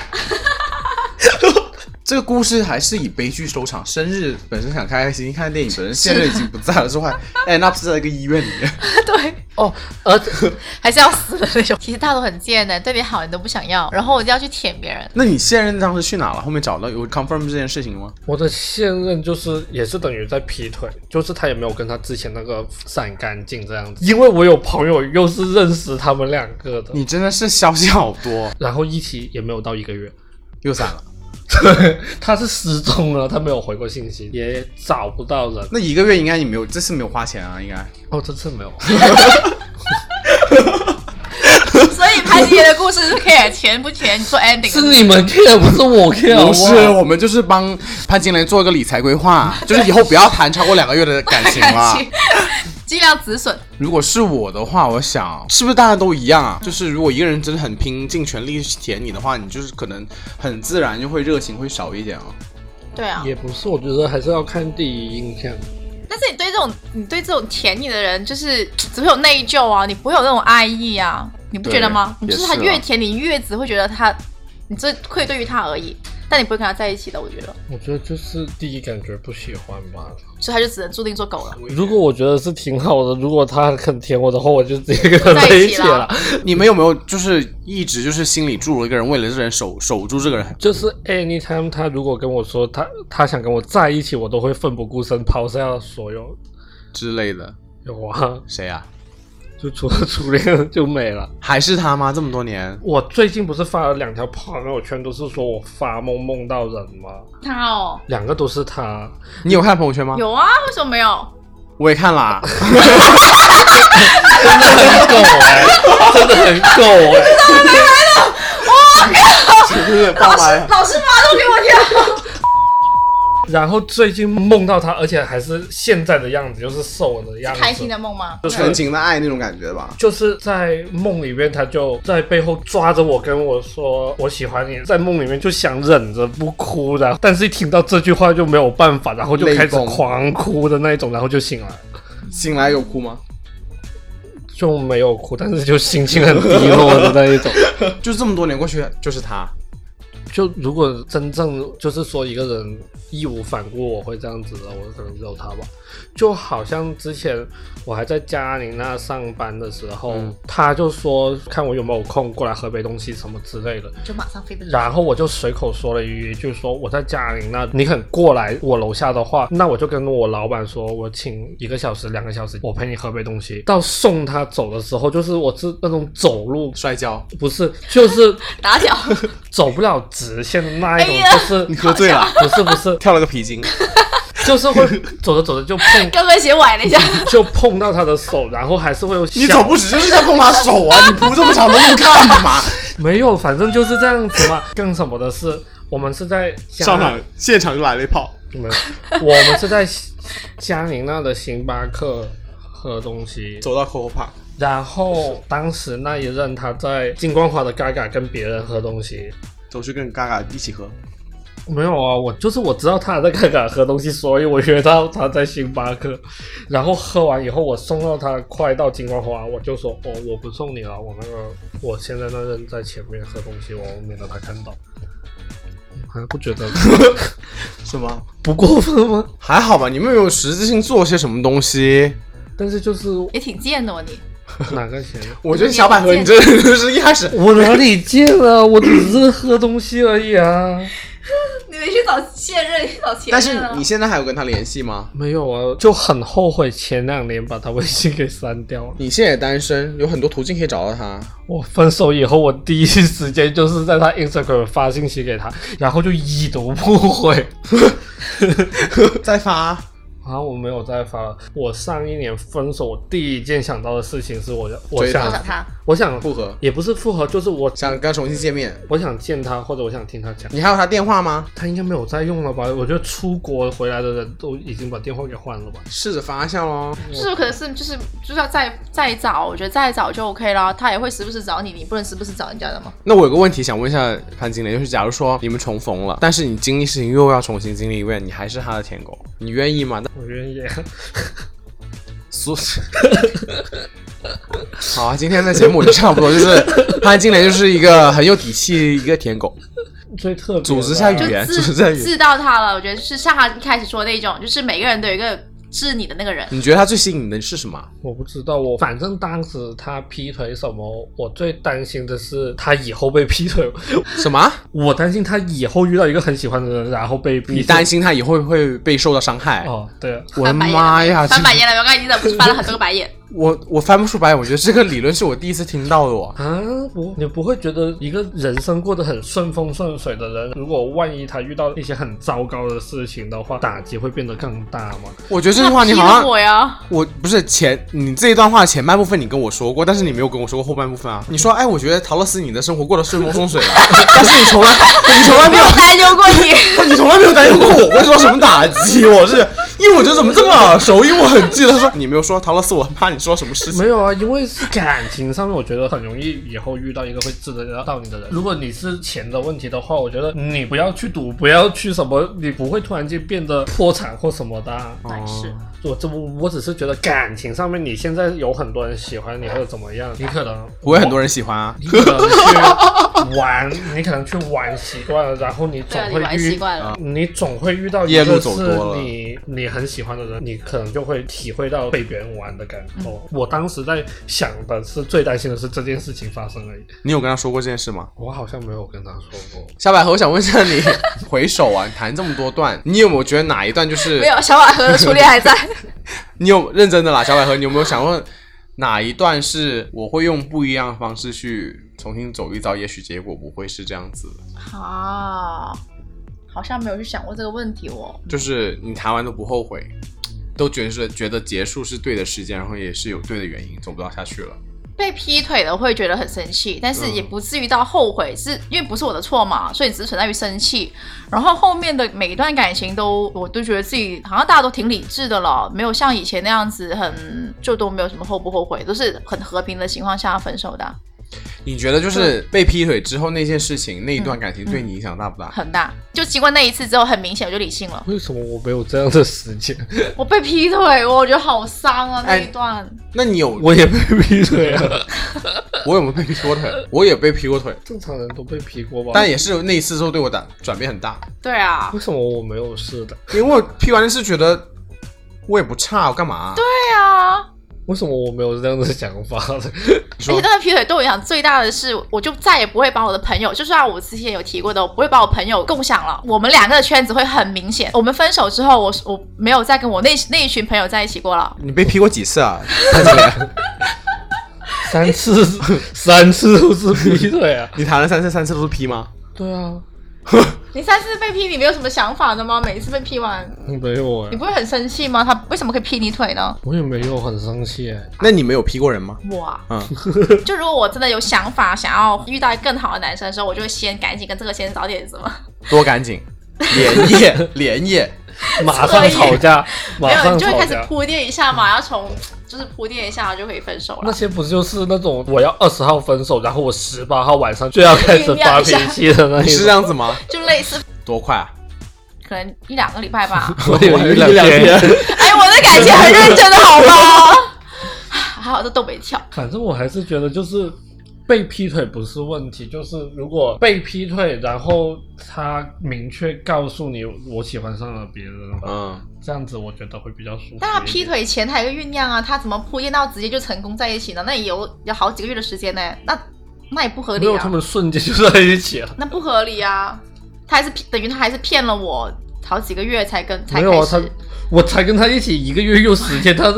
[SPEAKER 2] 这个故事还是以悲剧收场。生日本身想开开心心看电影，本身现在已经不在了，之后还哎，那不是在一个医院里面。
[SPEAKER 3] 对，
[SPEAKER 1] 哦，而
[SPEAKER 3] 还是要死的那种。其实大家都很贱的，对你好你都不想要，然后我就要去舔别 人。
[SPEAKER 2] 那你现任当时去哪了？后面找到有 confirm 这件事情了吗？
[SPEAKER 1] 我的现任就是也是等于在劈腿，就是他也没有跟他之前那个散干净这样子，因为我有朋友又是认识他们两个
[SPEAKER 3] 嗯
[SPEAKER 1] 的，
[SPEAKER 2] 你真的是消息好多，
[SPEAKER 1] 然后一起也没有到一个月，
[SPEAKER 2] 又散了。
[SPEAKER 1] 他是失踪了，他没有回过信息，也找不到人。
[SPEAKER 2] 那一个月应该你没有，这次没有花钱啊，应该。
[SPEAKER 1] 哦，这次没有，
[SPEAKER 3] 所以潘杰的故事是 care 钱不钱，你做 ending
[SPEAKER 1] 是你们 care 不是我 care，好
[SPEAKER 2] 不
[SPEAKER 1] 好
[SPEAKER 2] 是，我们就是帮潘金莲做一个理财规划，就是以后不要谈超过两个月的 感情了。
[SPEAKER 1] 啊
[SPEAKER 3] 尽量止损。
[SPEAKER 2] 如果是我的话，我想是不是大家都一样啊？就是如果一个人真的很拼尽全力去舔你的话，你就是可能很自然就会热情会少一点哦。
[SPEAKER 3] 对啊，
[SPEAKER 1] 也不是，我觉得还是要看第一印象。
[SPEAKER 3] 但是你对这种你对这种舔你的人，就是只会有内疚啊，你不会有那种爱意啊，你不觉得吗？你
[SPEAKER 2] 对
[SPEAKER 3] 就是他
[SPEAKER 2] 也是啊
[SPEAKER 3] 越舔你，越只会觉得他，你这愧对于他而已，但你不会跟他在一起的，我觉得，
[SPEAKER 1] 我觉得就是第一感觉不喜欢吧。
[SPEAKER 3] 所以他就只能注定做狗了。
[SPEAKER 1] 如果我觉得是挺好的，如果他肯舔我的话，我就直接跟他
[SPEAKER 3] 在
[SPEAKER 1] 在
[SPEAKER 3] 一
[SPEAKER 1] 一
[SPEAKER 3] 起
[SPEAKER 1] 起
[SPEAKER 3] 了
[SPEAKER 1] 了。
[SPEAKER 2] 你们有没有就是一直就是心里住了一个人，为了这个人守守住这个人？
[SPEAKER 1] 就是 anytime 他如果跟我说他他想跟我在一起，我都会奋不顾身抛下所有。
[SPEAKER 2] 之类的，
[SPEAKER 1] 有啊，
[SPEAKER 2] 谁啊？
[SPEAKER 1] 就除了 初恋就没了。
[SPEAKER 2] 还是他吗？这么多年，
[SPEAKER 1] 我最近不是发了两条朋友圈，都是说我发梦梦到人吗？
[SPEAKER 3] 他哦，
[SPEAKER 1] 两个都是他，
[SPEAKER 2] 你有看朋友圈吗？
[SPEAKER 3] 有啊，为什么没有？
[SPEAKER 2] 我也看啦。
[SPEAKER 1] 真的很狗哎、真的很狗哎、
[SPEAKER 2] 就是爸来，
[SPEAKER 3] 老师发都给我跳。
[SPEAKER 1] 然后最近梦到他，而且还是现在的样子，就是瘦的样子，
[SPEAKER 3] 开心的梦吗？
[SPEAKER 1] 就是
[SPEAKER 2] 纯情的爱那种感觉吧。
[SPEAKER 1] 就是在梦里面，他就在背后抓着我，跟我说我喜欢你。在梦里面就想忍着不哭的，但是一听到这句话就没有办法，然后就开
[SPEAKER 2] 泪
[SPEAKER 1] 始
[SPEAKER 2] 崩
[SPEAKER 1] 狂哭的那一种，然后就醒来，
[SPEAKER 2] 醒来有哭吗？
[SPEAKER 1] 就没有哭，但是就心情很低落的那一 种。
[SPEAKER 2] 就这么多年过去，就是他。
[SPEAKER 1] 就如果真正就是说一个人义无反顾，我会这样子的，我可能只有他吧。就好像之前我还在嘉宁那上班的时候，
[SPEAKER 2] 嗯
[SPEAKER 1] 他就说看我有没有空过来喝杯东西什么之类的，
[SPEAKER 3] 就马上飞奔。
[SPEAKER 1] 然后我就随口说了一句，就说我在嘉陵，那你肯过来我楼下的话，那我就跟我老板说，我请一个小时、两个小时，我陪你喝杯东西。到送他走的时候，就是我是那种走路。
[SPEAKER 2] 摔跤，
[SPEAKER 1] 不是，就是
[SPEAKER 3] 打搅，
[SPEAKER 1] 走不了直线的那一种
[SPEAKER 3] 哎呀，
[SPEAKER 1] 就是
[SPEAKER 2] 你喝醉了，
[SPEAKER 1] 不是不 是，
[SPEAKER 2] 跳了个皮筋。
[SPEAKER 1] 就是会走着走着就 碰，
[SPEAKER 3] 高跟鞋崴了一下。
[SPEAKER 1] 就碰到他的手，然后还是会有
[SPEAKER 2] 你
[SPEAKER 1] 小
[SPEAKER 2] 走不直就是在碰他手啊！你铺这么长的路干 嘛？
[SPEAKER 1] 没有，反正就是这样子 嘛。更什么的是，我们是在嘉
[SPEAKER 2] 现场就来了一炮。
[SPEAKER 1] 没有，我们是在嘉宁那的星巴克喝东西，
[SPEAKER 2] 走到 Coco Park，
[SPEAKER 1] 然后当时那一任他在金光华的 Gaga 跟别人喝东西。
[SPEAKER 2] 走去跟 Gaga 一起喝。
[SPEAKER 1] 没有啊，我就是我知道他在 Gaga 喝东西，所以我约到他在星巴克，然后喝完以后，我送到他快到金光华，我就说哦，我不送你了，我那个我现在那任在前面喝东西，我免得他看到。还不觉得
[SPEAKER 2] 是吗？
[SPEAKER 1] 不过分吗？
[SPEAKER 2] 还好吧，你们有没有实质性做些什么东西？
[SPEAKER 1] 但是 就是
[SPEAKER 3] 也挺贱的哦，你
[SPEAKER 1] 哪个钱？
[SPEAKER 2] 我觉得小百合，你真的就是一开始
[SPEAKER 1] 我哪里贱了？我只是喝东西而已啊，
[SPEAKER 3] 你没去找现任，啊去找前
[SPEAKER 2] 但是你现在还有跟他联系吗？
[SPEAKER 1] 没有啊，就很后悔前两年把他微信给删掉了。
[SPEAKER 2] 你现在也单身，有很多途径可以找到他。
[SPEAKER 1] 我分手以后，我第一时间就是在他 Instagram 发信 息给他，然后就已读不回。
[SPEAKER 2] 再发，
[SPEAKER 1] 啊，我没有再发了。我上一年分手，我第一件想到的事情是我要，我
[SPEAKER 2] 追她
[SPEAKER 3] 我
[SPEAKER 1] 想
[SPEAKER 3] 想他，
[SPEAKER 1] 我想
[SPEAKER 2] 复合，
[SPEAKER 1] 也不是复合，就是我
[SPEAKER 2] 想跟他重新见面。
[SPEAKER 1] 我想见他，或者我想听他讲。
[SPEAKER 2] 你还有他电话吗？
[SPEAKER 1] 他应该没有在用了吧？我觉得出国回来的人都已经把电话给换了吧。
[SPEAKER 2] 试着发一下喽。
[SPEAKER 3] 就是可能是就是就是要再再找，我觉得再找就 OK 啦。他也会时不时找你，你不能时不时找人家的嘛。
[SPEAKER 2] 那我有个问题想问一下潘经理，就是假如说你们重逢了，但是你经历事情又要重新经历一遍，你还是他的舔狗，你愿意吗？那
[SPEAKER 1] 我愿意。
[SPEAKER 2] 所 好啊，今天的节目就差不多，就是潘金莲就是一个很有底气一个舔狗，
[SPEAKER 1] 最特别的
[SPEAKER 2] 组织下
[SPEAKER 3] 就
[SPEAKER 2] 语言
[SPEAKER 3] 治
[SPEAKER 2] 就是在语言
[SPEAKER 3] 治到他了。我觉得是像他一开始说的那种，就是每个人都有一个治你的那个 人。
[SPEAKER 2] 你觉得他最吸引你的是什么？
[SPEAKER 1] 我不知道，我反正当时他劈腿什么，我最担心的是他以后被劈腿。
[SPEAKER 2] 什么？
[SPEAKER 1] 我担心他以后遇到一个很喜欢的人，然后被劈腿。
[SPEAKER 2] 你担心他以后会不会被受到伤害？
[SPEAKER 1] 哦，对啊，
[SPEAKER 2] 我的
[SPEAKER 3] 翻白眼
[SPEAKER 2] 妈呀！
[SPEAKER 3] 翻白
[SPEAKER 2] 这
[SPEAKER 3] 眼了，我刚才已经翻了很多个白 眼。
[SPEAKER 2] 我我翻不出白眼，我觉得这个理论是我第一次听到 的哦。
[SPEAKER 1] 啊，不，你不会觉得一个人生过得很顺风顺水的人，如果万一他遇到一些很糟糕的事情的话，打击会变得更大吗？
[SPEAKER 2] 我觉得这句话你好
[SPEAKER 3] 他劈
[SPEAKER 2] 像
[SPEAKER 3] 了我呀，
[SPEAKER 2] 我不是前你这一段话前半部分你跟我说过，但是你没有跟我说过后半部分啊。你说哎，我觉得陶乐斯你的生活过得顺风顺 水了，啊但是你从来你从来
[SPEAKER 3] 没
[SPEAKER 2] 没
[SPEAKER 3] 有
[SPEAKER 2] 有
[SPEAKER 3] 担忧过你。
[SPEAKER 2] 你从来没有担忧过我会受什么打击，我是因为我觉得怎么这么 耳熟，因为我很记得他说你没有说陶乐斯，我很怕你说什么事情
[SPEAKER 1] 没。有啊，因为是感情上面，我觉得很容易以后遇到一个会治得到你的人。如果你是钱的问题的话，我觉得你不要去赌，不要去什么，你不会突然间变得破产或什么的啊、
[SPEAKER 3] 哎是，
[SPEAKER 1] 我这不，我只是觉得感情上面，你现在有很多人喜欢你或者怎么样，你可能
[SPEAKER 2] 我有很多人喜欢啊，
[SPEAKER 1] 你可能去玩，你可能去玩习惯了，然后你
[SPEAKER 3] 对
[SPEAKER 1] 总
[SPEAKER 3] 啊，你
[SPEAKER 1] 会
[SPEAKER 3] 玩习
[SPEAKER 1] 遇。
[SPEAKER 3] 惯了。
[SPEAKER 1] 你总会遇到一
[SPEAKER 2] 夜路
[SPEAKER 1] 个
[SPEAKER 2] 走
[SPEAKER 1] 是
[SPEAKER 2] 多了
[SPEAKER 1] 你你很喜欢的人，你可能就会体会到被别人玩的感受。我当时在想的是，最担心的是这件事情发生而已。
[SPEAKER 2] 你有跟他说过这件事吗？
[SPEAKER 1] 我好像没有跟他说过，
[SPEAKER 2] 小百合，我想问一下你，回首啊，你谈这么多段，你有没有觉得哪一段就是
[SPEAKER 3] 没有，小百合的初恋还在。
[SPEAKER 2] 你有认真的啦，小百合，你有没有想问哪一段是我会用不一样的方式去重新走一遭？也许结果不会是这样子的，
[SPEAKER 3] 啊，好像没有去想过这个问题哦。
[SPEAKER 2] 就是你谈完都不后悔，都觉得是觉得结束是对的时间，然后也是有对的原因，走不到下去了。
[SPEAKER 3] 被劈腿的会觉得很生气，但是也不至于到后悔，是因为不是我的错嘛，所以只是存在于生气。然后后面的每一段感情都，我都觉得自己好像大家都挺理智的了，没有像以前那样子很就都没有什么后不后悔，都是很和平的情况下分手的啊，
[SPEAKER 2] 你觉得就是被劈腿之后那件事情，那一段感情对你影响大不 大？
[SPEAKER 3] 很大。就经过那一次之后，很明显我就理性了。
[SPEAKER 1] 为什么我没有这样的时间？
[SPEAKER 3] 我被劈腿，我觉得好伤啊那
[SPEAKER 2] 哎
[SPEAKER 3] 一段。
[SPEAKER 2] 那你有我
[SPEAKER 1] 我也被劈腿了，
[SPEAKER 2] 我有没有被劈过腿？我也被劈过腿，
[SPEAKER 1] 正常人都被劈过吧？
[SPEAKER 2] 但也是那一次之后对我打转变很大，
[SPEAKER 3] 对啊，
[SPEAKER 1] 为什么我没有事的？
[SPEAKER 2] 因为我劈完是觉得我也不差，我干嘛、对，
[SPEAKER 3] 对啊。
[SPEAKER 1] 为什么我没有这样的想法呢？
[SPEAKER 2] 你
[SPEAKER 3] 而且
[SPEAKER 2] 说
[SPEAKER 3] 那个劈腿对我影响最大的是，我就再也不会把我的朋友，就像我之前有提过的，我不会把我朋友共享了。我们两个的圈子会很明显。我们分手之后，我我没有再跟我那那一群朋友在一起过了。
[SPEAKER 2] 你被劈过几次 啊？
[SPEAKER 1] 三次，三次都是劈腿啊！
[SPEAKER 2] 你谈了三次，三次都是 P 吗？
[SPEAKER 1] 对啊，
[SPEAKER 3] 你上次被劈，你没有什么想法的吗？每一次被劈完，
[SPEAKER 1] 没有哎、
[SPEAKER 3] 你不会很生气吗？他为什么可以劈你腿呢？
[SPEAKER 1] 我也没有很生 气哎、
[SPEAKER 2] 那你们有 P 过人吗？
[SPEAKER 3] 我啊
[SPEAKER 2] 嗯，
[SPEAKER 3] 就如果我真的有想法，想要遇到更好的男生的时候，我就会先赶紧跟这个先早点什么。
[SPEAKER 2] 多赶紧，连 夜连夜，
[SPEAKER 1] 马上吵架，马
[SPEAKER 3] 没有，
[SPEAKER 1] 上
[SPEAKER 3] 你就会
[SPEAKER 1] 吵
[SPEAKER 3] 开始
[SPEAKER 1] 架。
[SPEAKER 3] 铺垫一下嘛，要从就是铺垫一下就可以分手
[SPEAKER 1] 那
[SPEAKER 3] 了。
[SPEAKER 1] 些不就是那种我要二十号分手，然后我十八号晚上就要开始发脾气的那
[SPEAKER 2] 你
[SPEAKER 1] 一
[SPEAKER 2] 是这
[SPEAKER 1] 种？
[SPEAKER 2] 样子吗？
[SPEAKER 3] 就类似
[SPEAKER 2] 多快啊！
[SPEAKER 3] 可能一两个礼 拜吧。
[SPEAKER 1] 我
[SPEAKER 2] 哎
[SPEAKER 1] 有一两天，
[SPEAKER 3] 哎，我的感情很认真的好 吗？还好这都没跳，
[SPEAKER 1] 反正我还是觉得就是被劈腿不是问题，就是如果被劈腿，然后他明确告诉你我喜欢上了别人，
[SPEAKER 2] 嗯，
[SPEAKER 1] 这样子我觉得会比较舒服一点。
[SPEAKER 3] 但他劈腿前他有一个酝酿啊，他怎么铺垫到直接就成功在一起呢？那也有有好几个月的时间呢，那那也不合
[SPEAKER 1] 没
[SPEAKER 3] 理
[SPEAKER 1] 有，他
[SPEAKER 3] 啊，
[SPEAKER 1] 们瞬间就在一起了。
[SPEAKER 3] 那不合理啊，他还是等于他还是骗了我好几个月才跟才
[SPEAKER 1] 没
[SPEAKER 3] 开
[SPEAKER 1] 有啊，
[SPEAKER 3] 始
[SPEAKER 1] 他我才跟他一起一个月又十天，他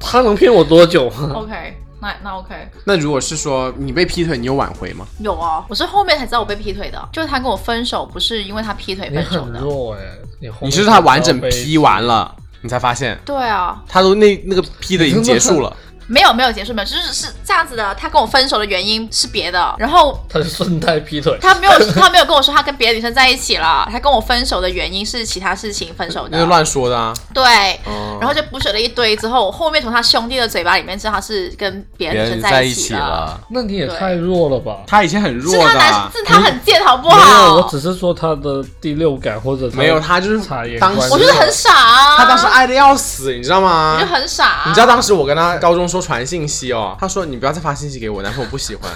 [SPEAKER 1] 他能骗我多 久啊？
[SPEAKER 3] o k 那那 OK，
[SPEAKER 2] 那如果是说你被劈腿，你有挽回吗？
[SPEAKER 3] 有啊，我是后面才知道我被劈腿的，就是他跟我分手不是因为他劈腿
[SPEAKER 1] 你
[SPEAKER 3] 分手
[SPEAKER 1] 很
[SPEAKER 3] 的，
[SPEAKER 1] 弱哎、你后面
[SPEAKER 2] 你是他完整劈完了，你才发现
[SPEAKER 3] 对啊，
[SPEAKER 2] 他都那那个批的已经结束了。
[SPEAKER 3] 没有没有结束没有，就是是这样子的。他跟我分手的原因是别的，然后
[SPEAKER 1] 他是顺带劈腿，
[SPEAKER 3] 他没有 他没有跟我说他跟别的女生在一起了，他跟我分手的原因是其他事情分手
[SPEAKER 2] 那就
[SPEAKER 3] 的。
[SPEAKER 2] 乱说的啊！
[SPEAKER 3] 对，
[SPEAKER 2] 哦
[SPEAKER 3] 然后就补水了一堆之后，我后面从他兄弟的嘴巴里面知道他是跟别
[SPEAKER 2] 别
[SPEAKER 3] 的女
[SPEAKER 2] 人
[SPEAKER 3] 生
[SPEAKER 2] 在
[SPEAKER 3] 一
[SPEAKER 2] 起
[SPEAKER 3] 了。
[SPEAKER 2] 了，
[SPEAKER 1] 那你也
[SPEAKER 3] 对
[SPEAKER 1] 太弱了吧？
[SPEAKER 2] 他以前很弱
[SPEAKER 3] 是
[SPEAKER 2] 的
[SPEAKER 3] 他
[SPEAKER 2] 啊
[SPEAKER 3] 男，，是他很贱，好不
[SPEAKER 1] 没有，
[SPEAKER 3] 好
[SPEAKER 1] 我？只是说他的第六感或者
[SPEAKER 2] 没有他就是
[SPEAKER 1] 察言
[SPEAKER 2] 当
[SPEAKER 1] 观
[SPEAKER 2] 时
[SPEAKER 1] 色
[SPEAKER 3] 我就是很傻啊！
[SPEAKER 2] 他当时爱的要死，你知道吗
[SPEAKER 3] 我就？很傻啊。
[SPEAKER 2] 你知道当时我跟他高中说传信息哦，他说你不要再发信息给我，男朋友不喜 欢，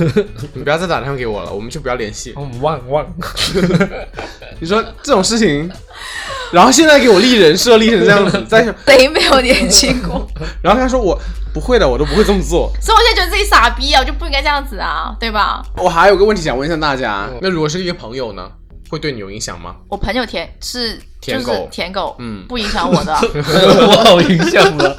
[SPEAKER 2] 你不要再打电话给我了，我们就不要联系。
[SPEAKER 1] 嗯旺 旺，
[SPEAKER 2] 你说这种事情， 然后现在给我立人设立成这样子，再
[SPEAKER 3] 谁没有年轻过？
[SPEAKER 2] 然后他说我不会的，我都不会这么做。
[SPEAKER 3] 所以我现在觉得自己傻逼啊，我就不应该这样子啊，对吧？
[SPEAKER 2] 我还有个问题想问一下大家，那如果是一个朋友呢，会对你有影响吗？
[SPEAKER 3] 我朋友舔是
[SPEAKER 2] 舔
[SPEAKER 3] 就
[SPEAKER 2] 狗
[SPEAKER 3] 是舔狗，
[SPEAKER 2] 嗯
[SPEAKER 3] 不影响 我的啊，
[SPEAKER 1] 我好影响啊了。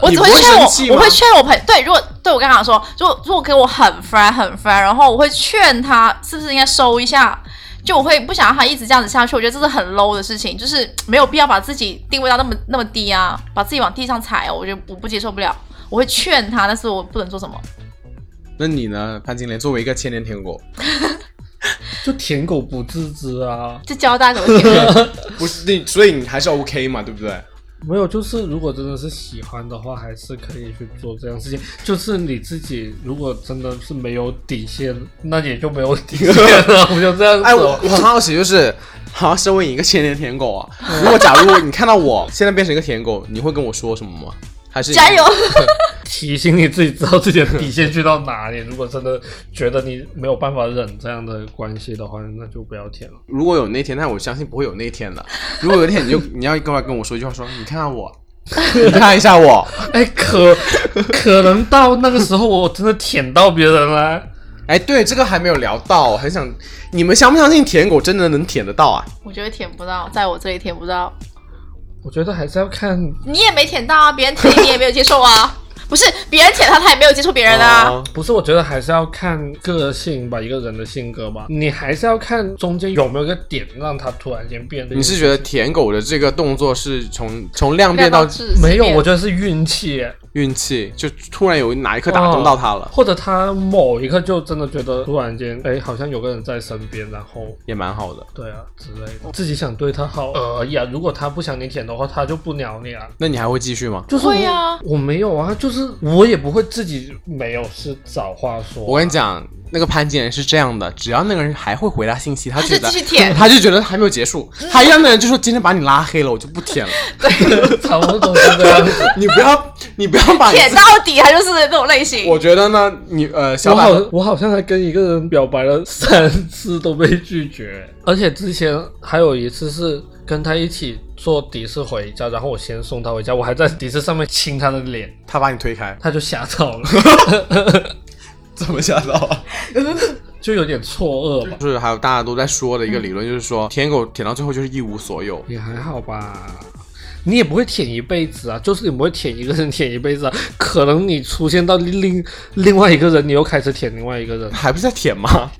[SPEAKER 3] 我
[SPEAKER 2] 你
[SPEAKER 3] 只
[SPEAKER 2] 不会
[SPEAKER 3] 劝
[SPEAKER 2] 生
[SPEAKER 3] 我
[SPEAKER 2] 气，
[SPEAKER 3] 我
[SPEAKER 2] 吗
[SPEAKER 3] 会劝我朋对，如果对我跟他说，如果如果给我很 friend 很 friend，然后我会劝他是不是应该收一下。就我会不想让他一直这样子下去，我觉得这是很 low 的事情，就是没有必要把自己定位到那么那么低啊，把自己往地上踩啊，我觉得我不接受不了。我会劝他，但是我不能做什么。
[SPEAKER 2] 那你呢，潘金莲？作为一个千年舔狗，
[SPEAKER 1] 就舔狗不自知啊，
[SPEAKER 3] 就教大家怎么
[SPEAKER 2] 啊
[SPEAKER 3] 舔。
[SPEAKER 2] 不是你，所以你还是 OK 嘛，对不对？
[SPEAKER 1] 没有，就是如果真的是喜欢的话，还是可以去做这样的事情。就是你自己如果真的是没有底线，那也就没有底线了，我就这 样
[SPEAKER 2] 哎，我
[SPEAKER 1] 走。
[SPEAKER 2] 我很好奇，就是，好，身为一个千年舔狗啊，
[SPEAKER 3] 嗯
[SPEAKER 2] 如果假如你看到我现在变成一个舔狗，你会跟我说什么吗？还是
[SPEAKER 3] 加油！
[SPEAKER 1] 提醒你自己知道自己的底线去到哪里。如果真的觉得你没有办法忍这样的关系的话，那就不要舔了。
[SPEAKER 2] 如果有那天，但我相信不会有那一天的。如果有一天，你就你要过来跟我说一句话说，你看看我，你看一下我，
[SPEAKER 1] 哎，可可能到那个时候，我真的舔到别人了。
[SPEAKER 2] 哎，对，这个还没有聊到，我很想你们相不相信舔狗真的能舔得到啊？
[SPEAKER 3] 我觉得舔不到，在我这里舔不到，
[SPEAKER 1] 我觉得还是要看，
[SPEAKER 3] 你也没舔到啊，别人舔你也没有接受啊，不是别人舔他，他也没有接受别人啊。
[SPEAKER 2] 哦
[SPEAKER 1] 不是，我觉得还是要看个性吧，一个人的性格吧。你还是要看中间有没有一个点让他突然间变。
[SPEAKER 2] 你是觉得舔狗的这个动作是从从量变
[SPEAKER 3] 量
[SPEAKER 2] 到
[SPEAKER 3] 质
[SPEAKER 1] 没有？我
[SPEAKER 3] 就
[SPEAKER 1] 觉得是运气，
[SPEAKER 2] 运气，就突然有哪一刻打动到他
[SPEAKER 3] 哦
[SPEAKER 2] 了，
[SPEAKER 1] 或者他某一刻就真的觉得突然间，哎，好像有个人在身边，然后
[SPEAKER 2] 也蛮好的。
[SPEAKER 1] 对啊之类的，自己想对他好而已啊。如果他不想你舔的话，他就不鸟你啊。
[SPEAKER 2] 那你还会继续吗？
[SPEAKER 1] 就是我
[SPEAKER 3] 会啊
[SPEAKER 1] 我没有啊，就是我也不会自己没有事找话说啊、
[SPEAKER 2] 我跟你讲，那个潘金莲是这样的，只要那个人还会回答信息，他
[SPEAKER 3] 他
[SPEAKER 2] 觉
[SPEAKER 3] 就
[SPEAKER 2] 得
[SPEAKER 3] 继续舔，
[SPEAKER 2] 他就觉得还没有结 束，他让那人就说今天把你拉黑了，我就不舔了。
[SPEAKER 1] 差不多是这样子。
[SPEAKER 2] 你不要，你不要把你
[SPEAKER 3] 舔
[SPEAKER 2] 自己。
[SPEAKER 3] 到底，他就是那种类型。
[SPEAKER 2] 我觉得呢，你呃，
[SPEAKER 1] 我
[SPEAKER 2] 小
[SPEAKER 1] 好
[SPEAKER 2] 宝，，
[SPEAKER 1] 我好像还跟一个人表白了三次都被拒绝，而且之前还有一次是跟他一起坐的士回家，然后我先送他回家，我还在的士上面亲他的脸，
[SPEAKER 2] 他把你推开，
[SPEAKER 1] 他就吓到了，
[SPEAKER 2] 怎么吓到啊？
[SPEAKER 1] 就有点错愕吧。
[SPEAKER 2] 就是还有大家都在说的一个理论，就是说舔狗舔到最后就是一无所有。
[SPEAKER 1] 也还好吧，你也不会舔一辈子啊，就是你不会舔一个人舔一辈子啊，可能你出现到另另外一个人，你又开始舔另外一个人，
[SPEAKER 2] 还不是在舔吗？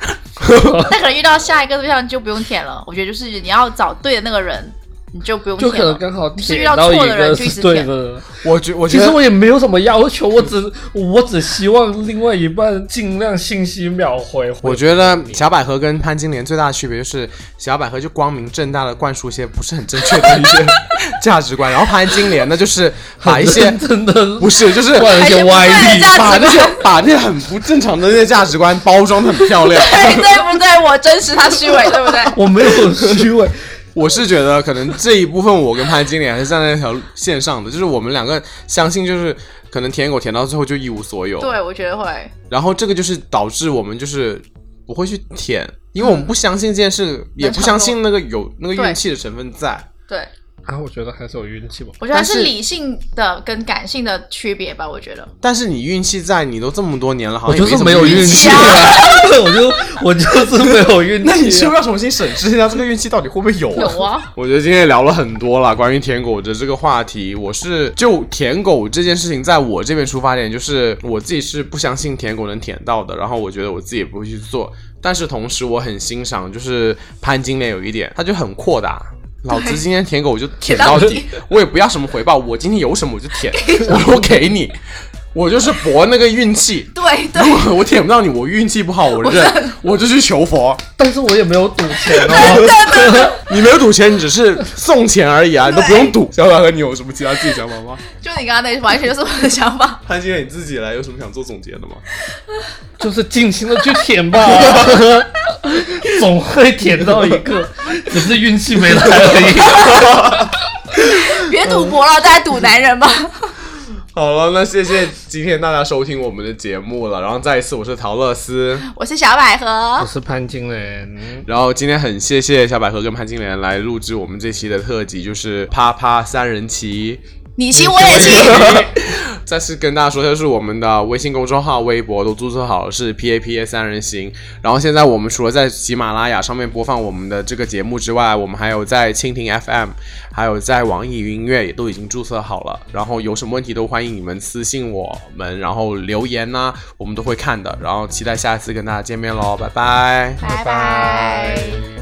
[SPEAKER 3] 那可能遇到下一个对象就不用舔了。我觉得就是你要找对的那个人，你就不用
[SPEAKER 1] 就
[SPEAKER 3] 舔
[SPEAKER 1] 可能
[SPEAKER 3] 了。
[SPEAKER 1] 刚好
[SPEAKER 3] 哦是遇
[SPEAKER 1] 舔
[SPEAKER 3] 到
[SPEAKER 1] 到一
[SPEAKER 3] 错的人
[SPEAKER 1] 个
[SPEAKER 3] 就一直
[SPEAKER 1] 是对的人。
[SPEAKER 2] 我觉我觉
[SPEAKER 1] 其实
[SPEAKER 2] 得
[SPEAKER 1] 我也没有什么要求，我只我只希望另外一半尽量信息秒回。
[SPEAKER 2] 我觉得小百合跟潘金莲最大的区别就是，小百合就光明正大的灌输一些不是很正确的一些价值观，然后潘金莲呢就是把一些
[SPEAKER 1] 真的
[SPEAKER 2] 不是就是哎
[SPEAKER 1] 灌了一些歪理，
[SPEAKER 2] 把那些把那些很不正常的那些价值观包装的很漂亮。
[SPEAKER 3] 对对不对？我真实，他虚伪，对不对？
[SPEAKER 1] 我没有虚伪，
[SPEAKER 2] 我是觉得可能这一部分我跟潘金莲还是站在那条线上的，就是我们两个相信就是可能舔狗舔到最后就一无所有。
[SPEAKER 3] 对，我觉得会。
[SPEAKER 2] 然后这个就是导致我们就是不会去舔，因为我们不相信这件事，
[SPEAKER 1] 嗯
[SPEAKER 2] 也不相信那个有那个
[SPEAKER 3] 对
[SPEAKER 2] 运气的成分在。
[SPEAKER 3] 对，
[SPEAKER 1] 啊，我觉得还是有运气吧。
[SPEAKER 3] 我觉得还
[SPEAKER 2] 但是
[SPEAKER 3] 是理性的跟感性的区别吧。我觉得
[SPEAKER 2] 但是你运气在，你都这么多年了，好
[SPEAKER 1] 我就
[SPEAKER 2] 像
[SPEAKER 1] 是
[SPEAKER 2] 也
[SPEAKER 1] 没有
[SPEAKER 2] 什么
[SPEAKER 1] 运气
[SPEAKER 2] 气。
[SPEAKER 1] 啊，我就我就是没有运气啊。
[SPEAKER 2] 那 你是不是要重新审视一下这个运气到底会不会有、
[SPEAKER 3] 有啊，
[SPEAKER 2] 我觉得今天也聊了很多了，关于舔狗的这个话题。我是就舔狗这件事情，在我这边出发点就是我自己是不相信舔狗能舔到的，然后我觉得我自己也不会 去做。但是同时，我很欣赏就是潘金莲有一点，她就很扩大。老子今天舔狗我就舔
[SPEAKER 3] 到
[SPEAKER 2] 到底
[SPEAKER 3] 底，
[SPEAKER 2] 我也不要什么回报，我今天有什么我就 舔，我我给你，我就是搏那个运气。
[SPEAKER 3] 对 对
[SPEAKER 2] 如，果我舔不到你，我运气不好， 我认，我就去求佛。
[SPEAKER 1] 但是我也没有赌钱哦。
[SPEAKER 2] 你没有赌钱，你只是送钱而已啊，你都不用赌。小百合，你有什么其他自己想法吗？
[SPEAKER 3] 就你刚刚那完全就是我的想法。
[SPEAKER 2] 潘先生，你自己来有什么想做总结的吗？
[SPEAKER 1] 就是尽情的去舔吧，总会舔到一个，只是运气没来而
[SPEAKER 3] 别赌博了，大家赌男人吧。
[SPEAKER 2] 好了，那谢谢今天大家收听我们的节目了。然后再一次，我是陶乐斯。
[SPEAKER 3] 我是小百
[SPEAKER 1] 已。我
[SPEAKER 3] 合，
[SPEAKER 1] 是潘金莲，
[SPEAKER 2] 然后今天很谢谢小百合跟潘金莲来录制我们这期的特辑，就是啪啪三人骑。
[SPEAKER 3] 你亲我也亲。
[SPEAKER 2] 再次跟大家说，就是我们的微信公众号、微博都注册好了，是 P A P A 三人行。然后现在我们除了在喜马拉雅上面播放我们的这个节目之外，我们还有在蜻蜓 F M，还有在网易云音乐也都已经注册好了。然后有什么问题都欢迎你们私信我们，然后留言呐、我们都会看的。然后期待下一次跟大家见面喽，拜拜。
[SPEAKER 3] 拜
[SPEAKER 1] 拜
[SPEAKER 3] 拜。